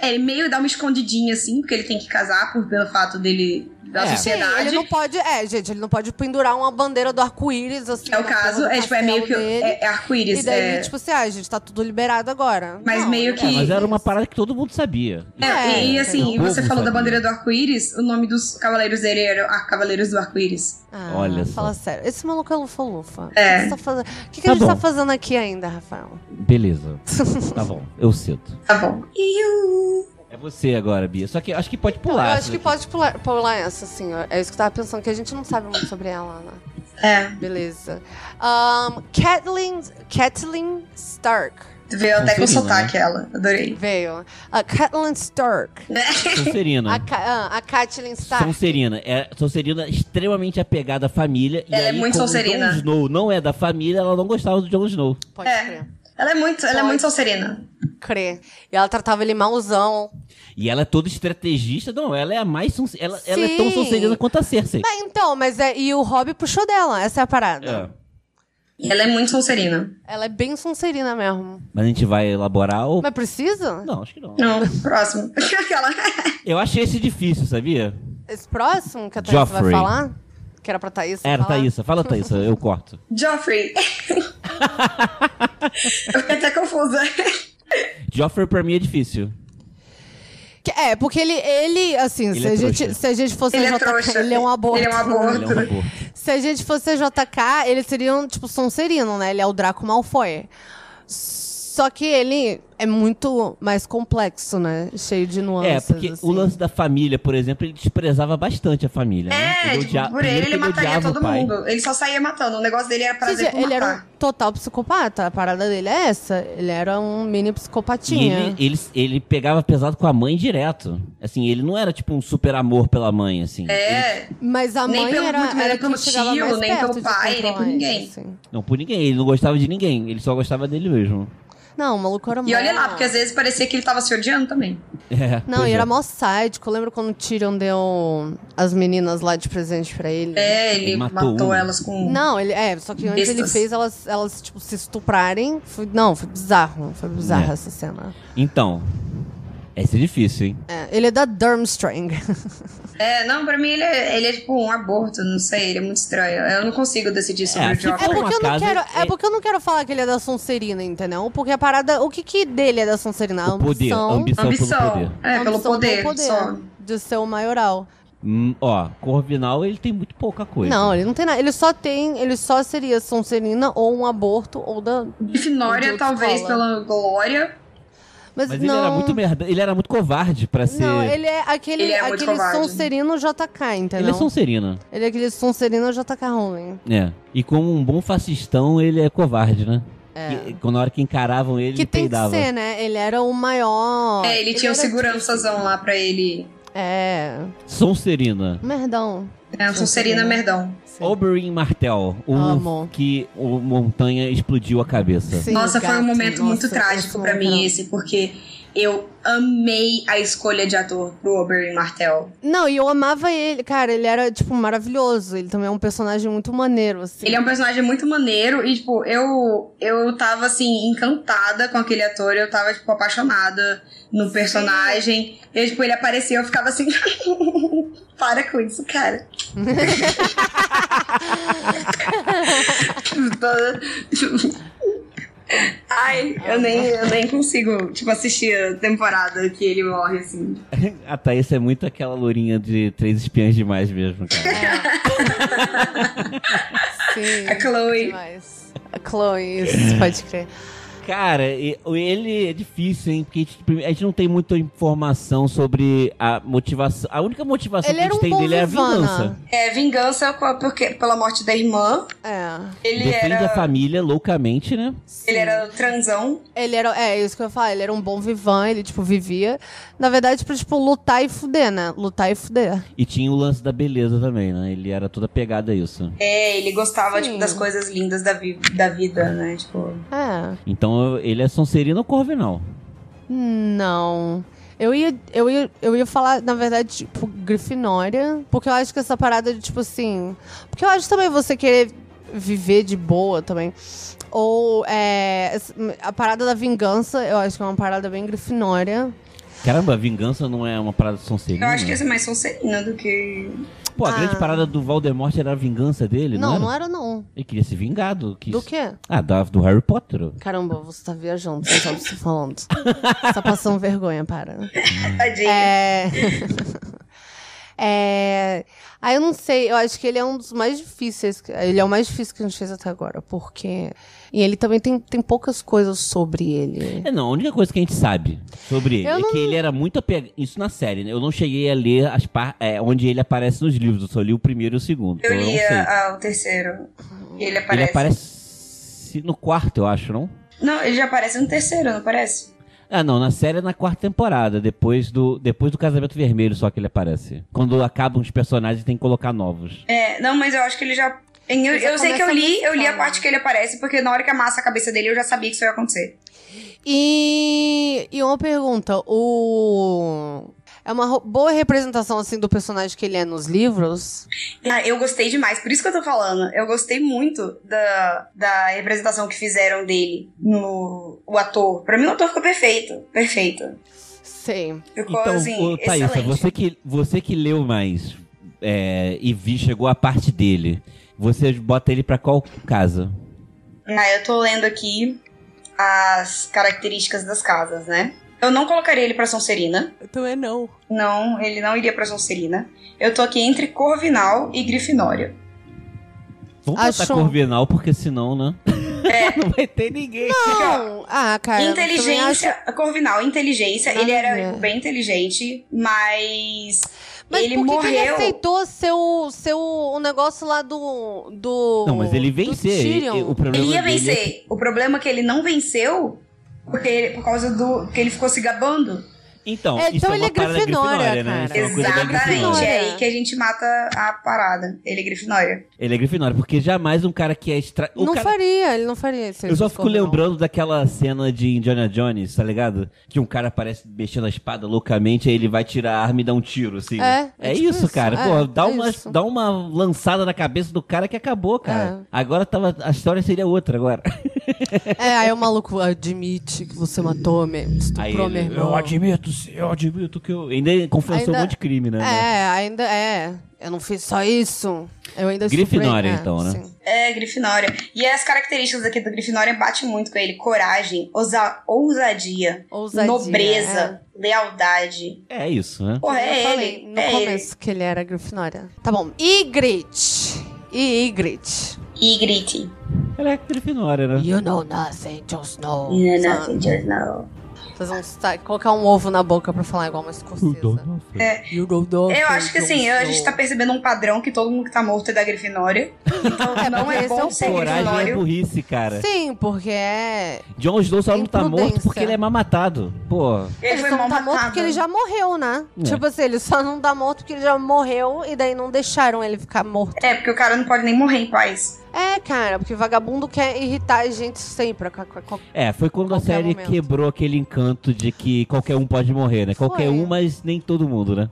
G: É, ele meio dá uma escondidinha, assim, porque ele tem que casar por, pelo fato dele da
H: É. Sim,
F: Sim,
G: sociedade.
F: ele não pode. É, gente, ele não pode pendurar uma bandeira do arco-íris, assim.
G: É o
F: na
G: caso,
F: porra do
G: é, tipo, é meio
F: castelo
G: que.
F: dele.
G: É, é
F: E
G: arco-íris.
F: daí,
G: é.
F: tipo assim, ah, gente, tá tudo liberado agora.
G: Mas meio
F: não
G: que-
F: é.
H: É, mas era uma parada que todo mundo sabia.
G: É,
F: É,
G: e
H: todo
G: assim,
H: mundo
G: você falou da
H: sabia.
G: bandeira do arco-íris, o nome dos cavaleiros dele era ah, Cavaleiros do Arco-Íris.
F: Ah,
H: Olha só.
F: Fala sério. Esse maluco é lufa-lufa.
G: É.
F: O que, você tá fazendo- o que que
H: Tá
F: a gente tá
H: bom.
F: fazendo aqui ainda, Rafael?
H: Beleza. tá bom, eu cedo.
G: Tá bom.
H: É você agora, Bia. Só que acho que pode
F: Eu
H: pular.
F: acho que pode pular, pular essa, assim. ó. É isso que eu tava pensando, que a gente não sabe muito sobre ela, né?
G: É.
F: Beleza. Um, Kathleen, Kathleen Stark.
G: Veio até com
H: Sonserina,
G: sotaque ela. Adorei.
F: Veio. A Catelyn Stark. A,
H: Sonserina.
F: Ca- ah, a Catelyn Stark.
H: Sonserina. É Sonserina extremamente apegada à família. e
G: Ela é
H: aí,
G: muito
H: como o
G: Sonserina.
H: Jon Snow não é da família, ela não gostava do Jon Snow.
F: Pode
G: É.
F: crer.
G: Ela é muito, ela é
F: Pode.
G: muito Sonserina.
F: Crer. E ela tratava ele malzão.
H: E ela é toda estrategista. Não, ela é a mais... Sonse- Ela, ela é tão
F: Sim.
H: Sonserina quanto a Cersei.
F: Mas então, mas é. E o Hobby puxou dela, essa é a parada.
H: É.
G: E ela é muito Sonserina.
F: Ela é bem Sonserina mesmo.
H: Mas a gente vai elaborar ou...
F: Mas precisa?
H: Não, acho que não.
G: Não, próximo. Aquela.
H: Eu achei esse difícil, sabia?
F: Esse próximo que a Thaís vai
H: Joffrey.
F: falar? Que era pra Thaís.
H: Era,
F: falar.
H: Thaísa. Fala, Thaísa. Eu corto.
G: Joffrey. Eu fiquei até confusa.
H: Joffrey, pra mim, é difícil.
F: Que- é, porque ele, ele assim,
H: Ele
F: se,
H: é
F: a gente,
H: trouxa.
F: se a gente fosse
G: Ele é
F: JK,
G: trouxa.
F: ele é um aborto.
G: Ele é um aborto.
H: Ele é um aborto.
F: Se a gente fosse JK, ele seria um tipo Sonserino, né? Ele é o Draco Malfoy. Só que ele é muito mais complexo, né? Cheio de
H: É,
F: nuances.
H: porque o
F: assim.
H: lance da família, por exemplo, ele desprezava bastante a família. né?
G: É, tipo,
H: odia-
G: por ele,
H: primeiro
G: ele
H: que
G: mataria
H: odiava o
G: todo
H: pai.
G: mundo. Ele só saía matando. O negócio dele era prazer
F: Quer dizer,
G: por
F: ele era
G: matar.
F: um total psicopata. A parada dele é essa. Ele era um mini
H: E
F: psicopatinha.
H: ele, ele, ele pegava pesado com a mãe direto. Assim, ele não era tipo um super amor pela mãe, assim. Ele-
G: É,
F: Mas a
G: Nem
F: mãe
G: pelo-
F: era,
G: muito menos
F: era
G: pelo
F: quem chegava
G: tio,
F: mais
G: nem
F: perto
G: pelo
F: de
G: pai, nem por
F: controlar ele,
G: ninguém.
F: assim.
H: Não por ninguém, ele não gostava de ninguém, ele só gostava dele mesmo.
F: Não, o maluco era
G: e olha
F: mó-
G: lá, porque às vezes parecia que ele tava se odiando também.
H: É,
F: Não,
H: pois
F: e
H: é.
F: era mó sádico. Eu lembro quando o Tyrion deu as meninas lá de presente pra ele.
G: É, ele,
H: Ele
G: matou,
H: matou um. uma.
G: elas com. um.
F: Não, ele é, só que antes ele
G: Bestas.
F: fez elas, elas tipo, se estuprarem. Foi- não, foi bizarro. Foi bizarra
H: É.
F: essa cena.
H: Então, esse é difícil, hein?
F: É, ele é da Durmstrang.
G: É, não, pra mim ele é, ele é tipo um aborto, não sei, ele é muito estranho. Eu não consigo decidir sobre
H: É,
G: o
H: se
G: Joffrey.
F: É
H: Por um
F: porque, eu não
H: acaso,
F: quero, é
H: é-
F: porque eu não quero falar que ele é da Sonserina, entendeu? Porque a parada. O que, que dele é da Sonserina? A
H: O poder, a
F: ambição.
H: ambição, pelo
G: Ambição.
H: poder.
G: É, pelo
F: ambição
G: poder,
F: pelo
G: só.
F: De ser o maioral.
H: Hum, ó, Corvinal, ele tem muito pouca coisa.
F: Não, ele não tem nada. Ele só tem. Ele só seria Sonserina ou um aborto ou da. Onde
G: Grifinória,
F: outro
G: talvez,
F: fala.
G: pela glória.
F: Mas,
H: Mas
F: não.
H: ele era muito merda, ele era muito covarde pra ser.
F: Não, ele é aquele,
G: Ele é muito
F: aquele
G: covarde.
F: Sonserino JK, entendeu?
H: ele é Sonserina,
F: Ele é aquele Sonserino JK Rowling.
H: né? E como um bom fascistão, ele é covarde, né? É. quando na hora que encaravam ele,
F: Que
H: ele
F: tem
H: peidava.
F: que ser, né? Ele era o maior.
G: é, ele, tinha um
F: era-
G: segurançazão lá pra ele.
F: É.
H: Sonserina.
F: um Merdão.
G: É, um Sonserina Merdão.
F: Sim. né?
H: Oberyn Martel, o
F: Amo.
H: que o Montanha explodiu a cabeça.
F: Sim,
G: nossa, foi
F: gato,
G: um momento muito
F: nossa, um
G: trágico
F: nossa,
G: pra mim
F: não.
G: esse, porque eu amei a escolha de ator pro Oberyn Martel.
F: Não, e eu amava ele, cara. Ele era, tipo, maravilhoso. Ele também é um personagem muito maneiro, assim.
G: Ele é um personagem muito maneiro e, tipo, eu, eu tava, assim, encantada com aquele ator. Eu tava, tipo, apaixonada no personagem. E, tipo, ele apareceu, eu ficava assim... Para com isso, cara. Ai, eu nem, eu nem consigo, tipo, assistir a temporada que ele morre, assim.
H: A Thaís é muito aquela lourinha de três espiãs demais mesmo,
F: É.
H: cara.
F: Sim,
G: A um- É Chloe.
F: demais. A Chloe, isso, pode crer.
H: cara, e- ele é difícil, hein? Porque a gente, a gente não tem muita informação sobre a motivação. A única motivação
F: Ele
H: que a
F: era
H: gente
F: um
H: tem
F: bom
H: dele é a
F: Vivana.
H: vingança.
G: É, vingança por- porque, pela morte da irmã.
F: É.
G: Ele
H: Defende
G: era...
H: a família loucamente, né?
G: Ele era transão.
F: Ele era, é, isso que eu ia falar, ele era um bom vivan, ele, tipo, vivia. Na verdade, pra, tipo, lutar e fuder, né? Lutar e fuder.
H: E tinha o lance da beleza também, né? Ele era toda pegada a isso.
G: É, ele gostava,
F: Sim.
G: tipo, das coisas lindas da, vi- da vida, né? Tipo.
F: É.
H: Então eu- ele é Sonserino ou Corvinal?
F: Não. Eu ia, eu, ia, eu ia falar, na verdade, tipo, Grifinória. Porque eu acho que essa parada de, tipo assim. Porque eu acho também você querer viver de boa também. Ou é, essa- a parada da vingança, eu acho que é uma parada bem grifinória.
H: Caramba, a vingança não é uma parada
G: Eu
H: Sonserina?
G: acho que esse é mais Sonserina do que.
H: Pô, a
F: Ah.
H: grande parada do Voldemort era a vingança dele, não,
F: não,
H: era?
F: não era não.
H: Ele queria ser vingado. Quis...
F: Do quê?
H: Ah, da, do Harry Potter.
F: Caramba, você tá viajando, você não sabe o que você tá falando. Você tá passando vergonha, para.
G: Tadinho.
F: É. é. Ah, eu não sei. Eu acho que ele é um dos mais difíceis. que- Ele é o mais difícil que a gente fez até agora. Porque. E ele também tem, tem poucas coisas sobre ele.
H: É, não, a única coisa que a gente sabe sobre ele
F: Eu
H: é
F: não-
H: que ele era muito apegado. Isso na série, né? Eu não cheguei a ler as par... é, onde ele aparece nos livros, eu só li o primeiro e o segundo.
G: Eu
H: então não
G: li
H: sei.
G: a- a- o terceiro. E ele aparece.
H: Ele aparece no quarto, eu acho, não?
G: Não, ele já aparece no terceiro, não parece?
H: Ah, não, na série é na quarta temporada, depois do, depois do Casamento Vermelho só que ele aparece. Quando acabam os personagens, tem que colocar novos.
G: É, não, mas eu acho que ele já. Eu,
F: Ele já
G: eu sei que eu
F: começa
G: li,
F: nessa
G: eu li a
F: hora.
G: parte que ele aparece, porque na hora que amassa a cabeça dele eu já sabia que isso ia acontecer.
F: E, e uma pergunta, o... É uma ro- boa representação, assim, do personagem que ele é nos livros?
G: Ah, eu gostei demais, por isso que eu tô falando. Eu gostei muito da, da representação que fizeram dele no o ator. Pra mim, o ator ficou perfeito. Perfeito.
F: Sei.
G: Ficou assim,
H: Então, ô, Thaísa,
G: excelente.
H: você que, você que leu mais é, e vi, chegou a parte dele, você bota ele pra qual casa?
G: Ah, eu tô lendo aqui as características das casas, né? Eu não colocaria ele pra Sonserina.
F: Eu também não.
G: Não, ele não iria pra Sonserina. Eu tô aqui entre Corvinal e Grifinória.
H: Vamos botar
F: Achou.
H: Corvinal, porque senão, né? Não vai ter ninguém.
F: É. Não! Ah, cara, eu também
G: inteligência,
F: acho-
G: Corvinal, inteligência.
F: Nada
G: ele
F: a
G: era
F: ver.
G: bem inteligente, mas.
F: Mas
G: ele
F: por que que
G: morreu.
F: ele aceitou seu, seu o negócio lá do... do
H: Não, mas ele
F: do
H: vencer. ele-
F: Tyrion?
H: o problema
G: Ele ia
H: dele é-
G: vencer. O problema é que ele não venceu porque ele- por causa do. que ele ficou se gabando.
H: Então,
F: É,
H: isso
F: então
H: é
F: ele
H: uma
F: é
H: parada
F: Grifinória,
H: grifinória, né?
F: cara.
H: Isso é uma coisa da
G: Exatamente.
H: Grifinória.
G: É aí que a gente mata a parada. Ele é Grifinória.
H: Ele é Grifinória, porque jamais um cara que é extra... o
F: Não
H: cara-
F: faria, ele não faria isso.
H: Eu só fico lembrando daquela cena de Indiana Jones, tá ligado? Que um cara aparece mexendo a espada loucamente, aí ele vai tirar a arma e dá um tiro, assim.
F: É, é tipo
H: isso,
F: isso.
H: cara.
F: É,
H: Pô, dá,
F: é
H: uma,
F: isso.
H: dá uma lançada na cabeça do cara que acabou, cara. Agora tava, a história seria outra agora.
F: É, aí o maluco admite que você matou, me
H: Aí
F: estuprou, meu
H: ele,
F: irmão.
H: eu admito, eu admito que eu... Ainda confessou
F: Ainda-
H: um monte de crime, né?
F: É, ainda é. Eu não fiz só isso. Eu ainda
H: Grifinória,
F: estuprei- é,
H: então, né?
F: sim.
G: É, Grifinória. E as características aqui do Grifinória batem muito com ele: coragem, ousa- ousadia,
F: Ousadia, é.
G: nobreza, lealdade.
H: É isso, né?
G: Porra, é
F: eu
G: ele.
F: falei no
G: é ele.
F: começo que ele era Grifinória. Tá bom. Ygritte. Ygritte.
G: E grite.
H: Ela é Grifinória, né?
F: You know nothing, just know.
G: You know
F: Sabe?
G: nothing, just know.
F: Vocês vão sotaque- colocar um ovo na boca pra falar igual uma escocesa. You know nothing,
G: Eu acho que assim,
F: just
G: a gente tá
F: know.
G: percebendo um padrão que todo mundo que tá morto é da Grifinória. Então
F: É,
G: não
F: porque
G: é
F: esse é
G: bom
F: o
G: ser
F: ponto.
H: Coragem é
G: Grifinório.
H: burrice, cara.
F: Sim, porque é.
H: Jon Snow só não tá morto
F: Imprudência.
H: porque ele é mal matado. Pô,
G: Ele foi
F: só
G: mal
F: não tá morto
G: matado.
F: porque ele já morreu, né?
H: É.
F: Tipo assim, ele só não tá morto porque ele já morreu e daí não deixaram ele ficar morto.
G: É, porque o cara não pode nem morrer em paz.
F: É, cara, porque vagabundo quer irritar a gente sempre. com a- com a- com a-
H: É, foi quando a
F: Qualquer
H: série
F: momento.
H: quebrou aquele encanto de que qualquer um pode morrer, né? Qualquer
F: Foi.
H: um, mas nem todo mundo, né?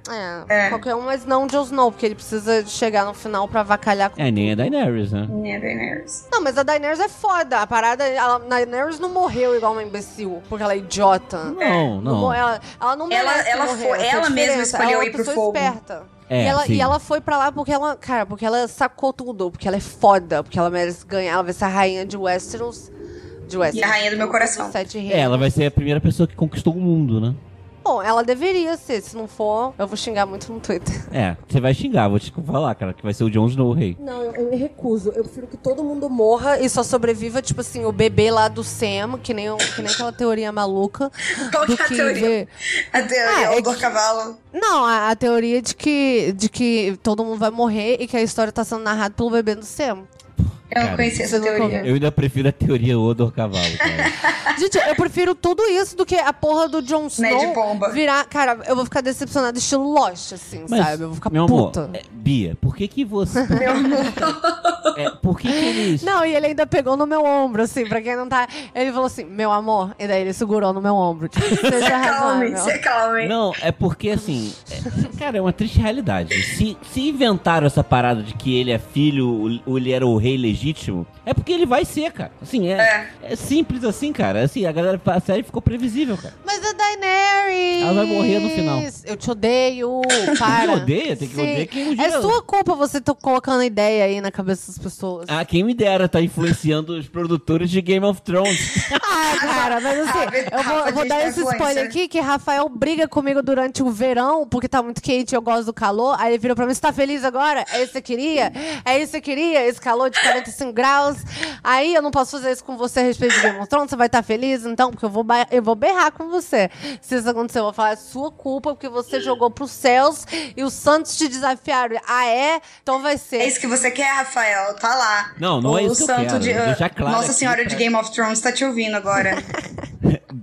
F: É,
G: É.
F: qualquer um, mas não o Jon Snow, porque ele precisa chegar no final pra avacalhar com
H: É, nem a Daenerys, né?
G: Minha Daenerys.
F: Não, mas a Daenerys é foda. A parada, ela, a Daenerys não morreu igual uma imbecil, porque ela é idiota.
H: Não,
F: mo-
H: não.
F: Ela, ela não
G: É. Ela-
F: merece
G: ela
F: morrer,
G: foi-
F: essa é a
G: ela mesma
F: diferença.
G: escolheu
F: ela é
G: ir
F: uma
G: pro
F: pessoa
G: fogo.
F: esperta.
H: É,
F: e, ela,
H: sim.
F: e ela foi pra lá porque ela, cara, porque ela sacou tudo, porque ela é foda, porque ela merece ganhar, ela vai ser a rainha de Westeros. De Westeros.
G: E a rainha do meu coração.
F: dos Sete reinos.
H: É, ela vai ser a primeira pessoa que conquistou o mundo, né?
F: Bom, ela deveria ser, se não for, eu vou xingar muito no Twitter.
H: É, você vai xingar, vou te falar, cara, que vai ser o Jon Snow o rei.
F: Não, eu, eu me recuso. Eu prefiro que todo mundo morra e só sobreviva, tipo assim, o bebê lá do Sam, que nem, o- que nem aquela teoria maluca.
G: Qual
F: do
G: que é a teoria?
F: ver-
G: A teoria
F: Ah, é
G: o Dor Cavalo.
F: Não, a, a teoria de que, de que todo mundo vai morrer e que a história tá sendo narrada pelo bebê do Sam.
G: Eu
H: Cara,
G: não conhecia essa
F: você não
G: teoria.
F: É.
H: Eu ainda prefiro a teoria Odor Cavalo, cara.
F: Gente, eu prefiro tudo isso do que a porra do Jon
G: Né, de
F: Snow
G: pomba.
F: virar. Cara, eu vou ficar decepcionada, estilo Lost, assim,
H: Mas,
F: sabe? Eu vou ficar
H: meu
F: puta.
H: amor, é, Bia, por que que você... É, por que que eles...
F: Não, e ele ainda pegou no meu ombro, assim, pra quem não tá. Ele falou assim, meu amor, e daí ele segurou no meu ombro. Tipo,
G: Se
F: seja
G: acalme,
F: razoável.
G: se acalme.
H: Não, é porque assim. é- cara, é uma triste realidade. Se, se inventaram essa parada de que ele é filho, ou ele era o rei legítimo, é porque ele vai ser, cara. Assim, é, é. simples assim, cara. Assim, a galera, a série ficou previsível, cara.
F: Mas a Daenerys.
H: Ela vai morrer no final.
F: Eu te odeio. Para.
H: Quem odeia, tem que
F: Sim.
H: odeia quem um dia.
F: É sua culpa você tá colocando ideia aí na cabeça das pessoas.
H: Ah, quem me dera tá influenciando os produtores de Game of Thrones.
F: Ah, cara, mas assim,
G: Sabe,
F: eu vou,
G: Rafa,
F: eu vou
G: gente,
F: dar
G: é
F: esse
G: influencer.
F: spoiler aqui que Rafael briga comigo durante o verão, porque tá muito quente e eu gosto do calor. Aí ele virou pra mim, você tá feliz agora? É isso que você queria? É isso que você queria? Esse calor de 45 graus? Aí eu não posso fazer tá isso com você a respeito de Game of Thrones, você vai estar feliz então? Porque eu vou, ba- eu vou berrar com você se isso aconteceu vou falar, é sua culpa, porque você jogou pros céus e os santos te desafiaram. Ah, é? Então vai ser.
G: É isso que você quer, Rafael? Tá lá.
H: Não, não
G: o
H: é isso que eu quero.
G: santo de-
H: Deixar claro
G: Nossa
H: aqui
G: Senhora
H: pra-
G: de Game of Thrones tá te ouvindo agora.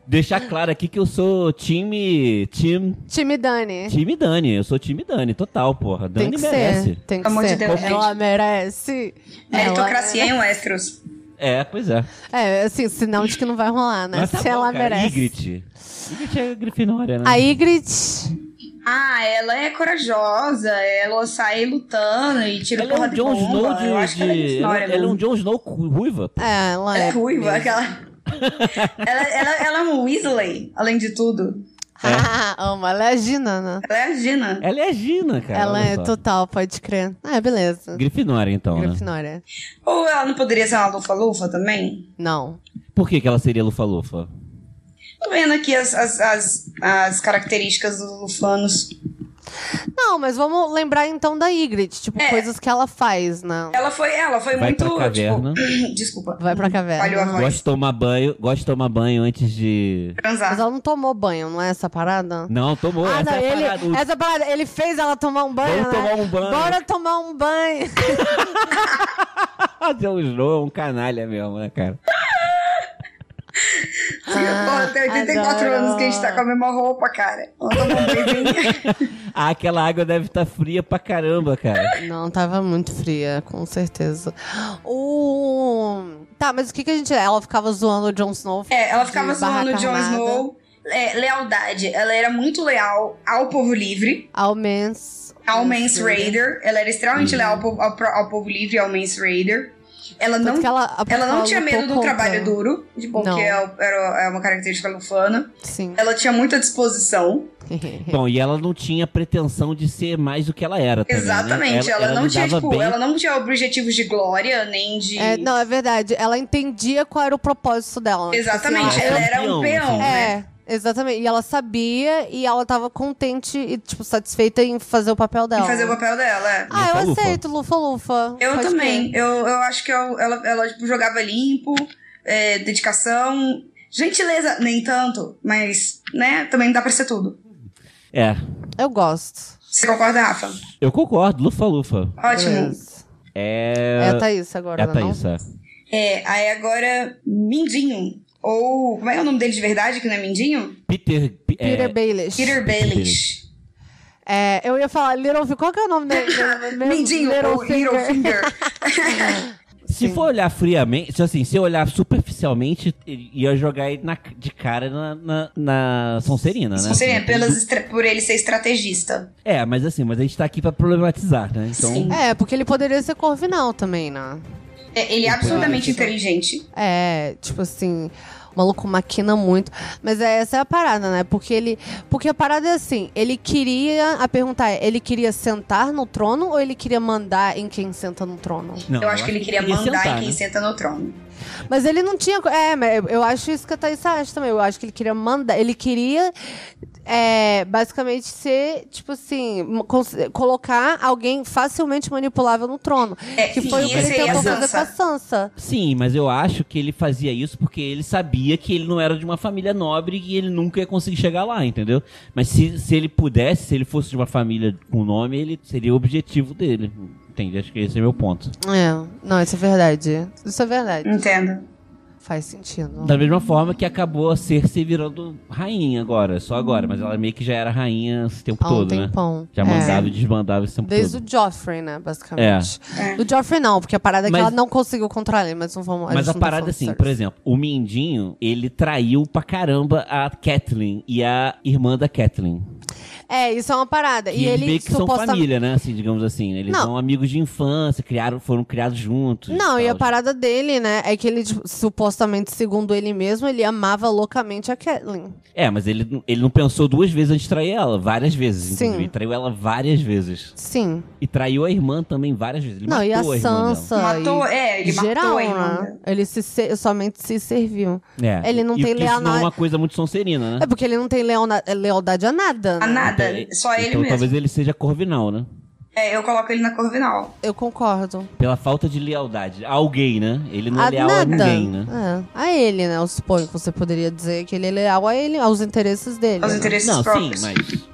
H: Deixar claro aqui que eu sou time. Time.
F: Time Dani.
H: Time Dani. Eu sou time Dani, total, porra. Dani
F: Tem que
H: merece.
F: ser. Tem que
G: Pelo amor de
F: ser.
G: Deus, gente.
F: Ela merece.
G: Meritocracia em Westeros.
H: É, pois é.
F: É, assim, sinal de que não vai rolar, né?
H: Mas tá
F: Se
H: bom,
F: ela
H: cara.
F: merece.
H: Ygritte. Ygritte é grifinória, né?
F: A Ygritte.
G: Ah, ela é corajosa, ela sai lutando e tira
H: Ela é
G: porra
H: um
G: de
H: Jon
G: bomba.
H: Snow
G: Eu
H: de.
G: acho que ela é
H: de- Ela
G: história,
H: ela é
G: mesmo.
H: um Jon Snow cu- ruiva. pô.
F: É, ela
G: Ela é
F: é.
G: ruiva, aquela. ela, ela, ela é um Weasley, além de tudo.
F: Ah, ama. Ela é a Gina, né?
G: Ela é a Gina.
H: Ela é a Gina, cara.
F: ela
H: olha
F: é
H: só.
F: total, pode crer. Ah, beleza.
H: Grifinória, então, né?
F: Grifinória.
G: Ou ela não poderia ser uma lufa-lufa também?
F: Não.
H: Por que, que ela seria Lufa-Lufa?
G: Tô vendo aqui as, as, as, as características dos lufanos.
F: Não, mas vamos lembrar então da Ygritte, tipo,
G: É.
F: coisas que ela faz, né?
G: Ela foi, ela foi
H: Vai
G: muito.
H: pra caverna.
G: Tipo, desculpa.
F: Vai pra
G: Falhou a
F: caverna.
G: voz.
H: Gosta de tomar banho, gosta de tomar banho antes de.
F: Mas
G: Transar.
F: ela não tomou banho, não é essa parada?
H: Não, tomou.
F: ah,
H: essa
F: não,
H: é a
F: ele,
H: parada. O-
F: essa parada, ele fez ela tomar um banho,
H: Vamos
F: né?
H: tomar um banho.
F: Bora tomar um banho.
H: Jon Snow é um canalha mesmo, né, cara?
G: Porra, tem
F: ah,
G: 84
F: adoro.
G: anos que a gente tá com a mesma roupa, cara. Ela tomou um beijinho.
H: Ah, aquela água deve estar fria pra caramba, cara.
F: Não, tava muito fria, com certeza. O... Tá, mas o que que a gente... Ela ficava zoando o Jon Snow.
G: É, ela ficava
F: de
G: zoando o
F: barraca
G: Jon
F: armada.
G: Snow. É, lealdade. Ela era muito leal ao povo livre,
F: Ao Mans...
G: ao Mance Raider. Ela era extremamente leal ao, povo- ao pro- ao povo livre, ao Mance Raider. Ela
F: Tanto
G: não,
F: que ela,
G: ela não tinha
F: lutou
G: medo do
F: contra-
G: trabalho duro, de-
F: Não.
G: porque é, era, é uma característica lufana.
F: Sim.
G: Ela tinha muita disposição.
H: Bom, e ela não tinha pretensão de ser mais do que ela era, também, né?
G: Exatamente. Ela, não tinha,
H: lidava
G: tipo,
H: bem-
G: ela não tinha objetivos de glória, nem de.
F: É, não, é verdade. Ela entendia qual era o propósito dela. Tipo
G: Exatamente,
F: assim,
G: ela
F: ela-
G: era um peão,
H: assim.
G: né?
F: É, exatamente. E ela sabia e ela tava contente e, tipo, satisfeita em fazer o papel dela.
G: E fazer o papel dela. é.
F: Ah, eu
H: Lufa-lufa.
F: aceito, lufa-lufa.
G: Eu
F: Pode
G: também.
F: crer.
G: Eu, eu acho que eu- ela, ela, tipo, jogava limpo, é, dedicação. Gentileza, nem tanto, mas, né, também não dá pra ser tudo.
H: É,
F: Eu gosto.
G: Você concorda, Rafa?
H: eu concordo, Lufa-Lufa.
G: Ótimo.
F: Beleza. É
H: É.
F: a Thaís agora,
H: É a
F: né,
H: Thaís,
F: não?
H: é.
G: É, aí agora, Mindinho. Ou, como é o nome dele de verdade, que não é Mindinho?
H: Peter. P- é,
F: Peter Baelish.
G: Peter Baelish.
F: É, eu ia falar Little Finger. Qual que é o nome dele? Meu-
G: Mindinho ou Littlefinger.
H: se
F: Sim.
H: for olhar friamente, se assim, se eu olhar superficialmente, ia jogar ele na- de cara na, na, na Sonserina, né?
G: Não é seria
H: Assim,
G: pelas estra- por ele ser estrategista.
H: É, mas assim, mas a gente tá aqui pra problematizar, né? Então,
G: Sim.
F: É, porque ele poderia ser Corvinal também, né?
G: É, ele é absurdamente inteligente.
F: É, tipo assim, o maluco maquina muito. Mas é, essa é a parada, né? Porque ele. Porque a parada é assim, ele queria. A pergunta é, ele queria sentar no trono ou ele queria mandar em quem senta no trono?
H: não,
G: eu acho que ele queria mandar
H: sentar,
G: em quem
H: né?
G: senta no trono.
F: Mas ele não tinha. É, mas eu- eu acho isso que a Thaís acha também. Eu acho que ele queria mandar. Ele queria. é, basicamente ser, tipo assim, mo- cons- colocar alguém facilmente manipulável no trono.
G: É,
F: Que foi
G: e
F: o que ele
G: seria
F: tentou fazer com
G: Sansa.
F: a Sansa.
H: Sim, mas eu acho que ele fazia isso porque ele sabia que ele não era de uma família nobre e ele nunca ia conseguir chegar lá, entendeu? Mas se, se ele pudesse, se ele fosse de uma família com nome, ele seria o objetivo dele. Entende? Acho que esse é meu ponto.
F: É, não, isso é verdade. Isso é verdade.
G: Entendo.
F: Faz sentido.
H: Da mesma forma que acabou a Cersei virando rainha agora, só agora, mas ela meio que já era rainha esse tempo
F: Há um
H: todo, né?
F: tempão.
H: Já
F: É.
H: mandava e desmandava esse tempo
F: Desde
H: todo.
F: o Joffrey, né, basicamente.
G: É.
F: Do Joffrey não, porque a parada é que
H: Mas-
F: ela não conseguiu controlar ele, mas não vamos...
H: Mas a
F: gente não tá
H: parada
F: falando
H: é assim,
F: sério.
H: por exemplo, o Mindinho, ele traiu pra caramba a Kathleen e a irmã da Kathleen.
F: É, isso é uma parada.
H: Que
F: e
H: eles
F: ele
H: meio que
F: supostamente...
H: são família, né? Assim, digamos assim. Eles
F: Não.
H: são amigos de infância, criaram, foram criados juntos.
F: Não, e a
H: tal.
F: parada dele, né, é que ele, tipo, supostamente, segundo ele mesmo, ele amava loucamente a Catelyn.
H: É, mas ele, ele não pensou duas vezes antes de trair ela, várias vezes.
F: Sim.
H: Sim. Ele traiu ela várias vezes.
F: Sim.
H: E traiu a irmã também várias vezes. Ele
F: não,
H: matou
F: e a
H: a irmã
F: Sansa...
G: Matou,
F: e...
G: é, ele
F: Geral,
G: matou a irmã.
F: né? Ele se, se- somente se serviu.
H: dela. É.
F: Ele não
H: e,
F: tem
H: e isso não é
F: lealdade-
H: uma coisa muito sonserina, né?
F: É porque ele não tem leona- lealdade a nada,
G: A
F: né?
G: É nada, só ele
H: então
G: mesmo.
H: talvez ele seja corvinal, né?
G: É, eu coloco ele na Corvinal.
F: Eu concordo.
H: Pela falta de lealdade. A alguém, né? Ele não é
F: a
H: leal
F: nada.
H: a ninguém, né?
F: É. A ele, né? Eu suponho que você poderia dizer que ele é leal a ele, aos interesses dele.
G: Aos
F: né?
G: interesses
H: Não,
G: próprios.
H: sim, mas.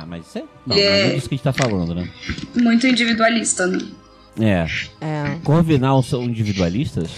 H: Ah, mas isso é. Não,
G: Ele é-
H: mas é disso que a gente tá falando, né?
G: Muito individualista, né?
H: É.
F: É.
H: Corvinal são individualistas?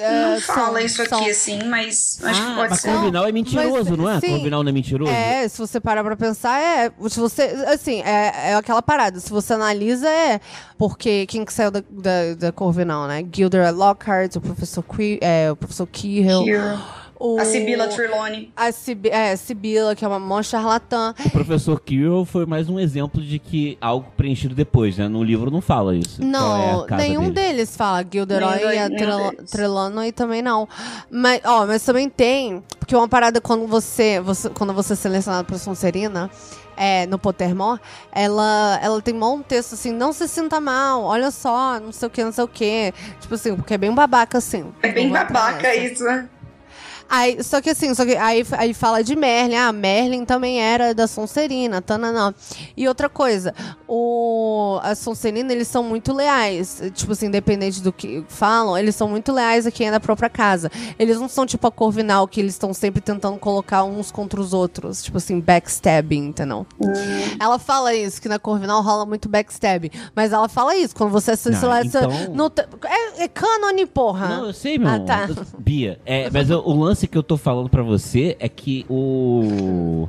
G: Não
F: É, são-
G: fala isso aqui
F: são-
G: assim, mas acho que
H: ah,
G: pode
H: mas
G: ser.
H: Corvinal é mentiroso,
F: Mas,
H: não é?
F: sim.
H: Corvinal não é mentiroso?
F: É, se você parar pra pensar, é. Se você. Assim, é, é aquela parada. Se você analisa, é. Porque quem que saiu da, da, da Corvinal, né? Gilder Lockhart, o professor, que, é, o professor Kirill.
G: Hero.
F: o-
G: A Sibila Trelawney.
F: A Sibi- é, Sibila, que é uma mó charlatã.
H: O professor Kirill foi mais um exemplo de que algo preenchido depois, né? No livro não fala isso. Qual é
F: Não,
H: a casa
F: nenhum
H: dele.
F: deles fala Gilderoy
G: Nenhum
F: e a
G: dois- nenhum
F: Trelo-
G: deles.
F: Trelawney também não. Mas, ó, mas também tem, porque uma parada quando você, você- quando você é selecionado pra Sonserina, é, no Pottermore, ela, ela tem mó um texto assim, não se sinta mal, olha só, não sei o que, não sei o que. Tipo assim, porque é bem babaca, assim.
G: É bem
F: Não vou entrar
G: babaca
F: nessa.
G: isso, né?
F: Aí, só que assim, só que aí, aí fala de Merlin. Ah, Merlin também era da Sonserina, tananã. E outra coisa, o, a Sonserina, eles são muito leais. Tipo assim, independente do que falam, eles são muito leais a quem é da própria casa. Eles não são tipo a Corvinal, que eles estão sempre tentando colocar uns contra os outros. Tipo assim, backstabbing, entendeu?
H: Hum.
F: Ela fala isso, que na Corvinal rola muito backstabbing. Mas ela fala isso, quando você se
H: Não,
F: seleciona-
H: então-
F: não te- é, é cânone, porra!
H: Não, eu sei, meu.
F: Ah,
H: amor.
F: tá.
H: Eu- Bia, é, mas eu- o lance que eu tô falando pra você é que o.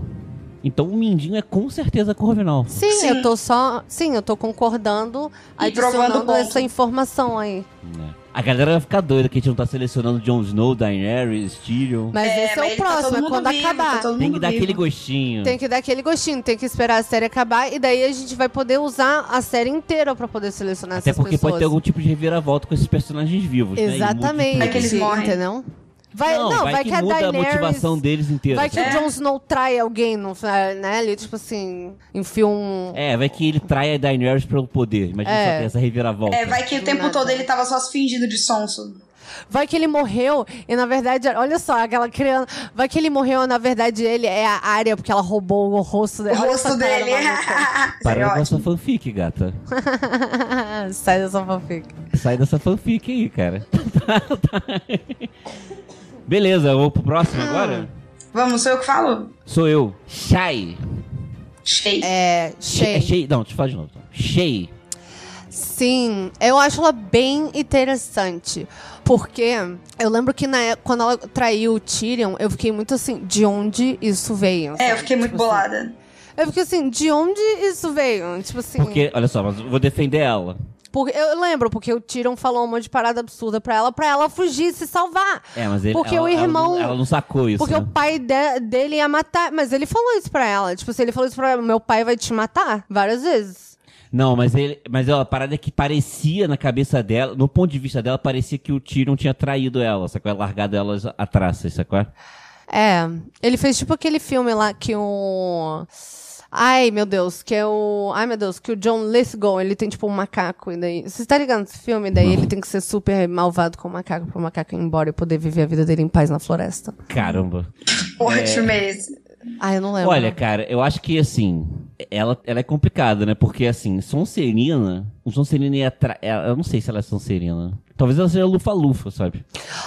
H: Então o Mindinho é com certeza Corvinal.
F: Sim,
G: Sim.
F: eu tô só. Sim, eu tô concordando, adicionando
G: provando
F: essa
G: ponto.
F: informação aí.
H: né? A galera vai ficar doida que a gente não tá selecionando Jon Snow, Daenerys, Tyrion.
F: Mas
G: É,
F: esse é
G: mas
F: o
G: ele tá
F: próximo,
G: todo
F: é
G: mundo
F: quando
G: vivo,
F: acabar.
G: tá todo
H: Tem
G: mundo
H: que dar
G: vivo.
H: aquele gostinho.
F: Tem que dar aquele gostinho, tem que esperar a série acabar e daí a gente vai poder usar a série inteira pra poder selecionar
H: Até
F: essas
H: porque
F: pessoas.
H: pode ter algum tipo de reviravolta com esses personagens vivos. né? E
F: Exatamente,
G: É que eles
H: múltiplos.
G: morrem.
F: entendeu? Vai, não, vai, que, a
H: muda
F: Daenerys,
H: a motivação deles né? inteira.
F: Vai que o
G: É.
F: Jon Snow trai alguém, no, final, né? Ele, tipo assim, enfia um.
H: É, vai que ele trai a Daenerys pelo poder. Imagina
F: É.
H: só ter essa reviravolta.
G: É, vai que o tempo
F: Nada.
G: todo ele tava só se fingindo de sonso.
F: Vai que ele morreu e na verdade, olha só, aquela criança. Vai que ele morreu, na verdade, ele é a área porque ela roubou o rosto
G: O
F: dele. Olha
G: rosto
F: essa cara
G: dele.
F: maluca.
H: Para com
G: Seria
H: essa fanfic, gata.
F: Sai dessa fanfic.
H: Sai dessa fanfic aí, cara. Beleza, vou pro próximo
F: Ah.
H: agora?
G: Vamos, sou eu que falo?
H: Sou eu. Shai.
G: Cheio.
F: É,
H: É
F: Shay.
H: Shai. Não, deixa eu falar de novo. Shai.
F: Sim, eu acho ela bem interessante. Porque eu lembro que na época, quando ela traiu o Tyrion, eu fiquei muito assim, de onde isso veio?
G: É, eu
F: sabe?
G: fiquei muito
F: Tipo assim,
G: bolada.
F: eu fiquei assim, de onde isso veio? Tipo assim.
H: Porque, olha só, mas eu vou defender ela.
F: Porque, eu lembro, porque o Tyrion falou um monte de parada absurda pra ela, pra ela fugir e se salvar.
H: É, mas ele,
F: Porque
H: ela,
F: o
H: ela
F: irmão-
H: não- Ela, não sacou isso.
F: Porque
H: né?
F: o pai de- dele ia matar. Mas ele falou isso pra ela. Tipo, se ele falou isso pra ela, meu pai vai te matar várias vezes.
H: Não, mas ele, mas ó, a parada é que parecia na cabeça dela, no ponto de vista dela, parecia que o Tyrion tinha traído ela, sacou? É Largado ela a traça, sacou?
F: É. Ele fez tipo aquele filme lá que o. Ai, meu Deus, que é o. Ai, meu Deus, que o John Lithgow, ele tem tipo um macaco. E daí. Você tá ligado nesse filme? E daí ele tem que ser super malvado com o macaco pro macaco ir embora e poder viver a vida dele em paz na floresta.
H: Caramba. é.
G: Ótimo esse.
F: Ai, Ah, eu não lembro.
H: Olha, cara, eu acho que assim, ela, ela é complicada, né? Porque assim, Sonserina, o Sonserina ia tra... ela- Eu não sei se ela é Sonserina. Talvez ela seja Lufa-Lufa, sabe?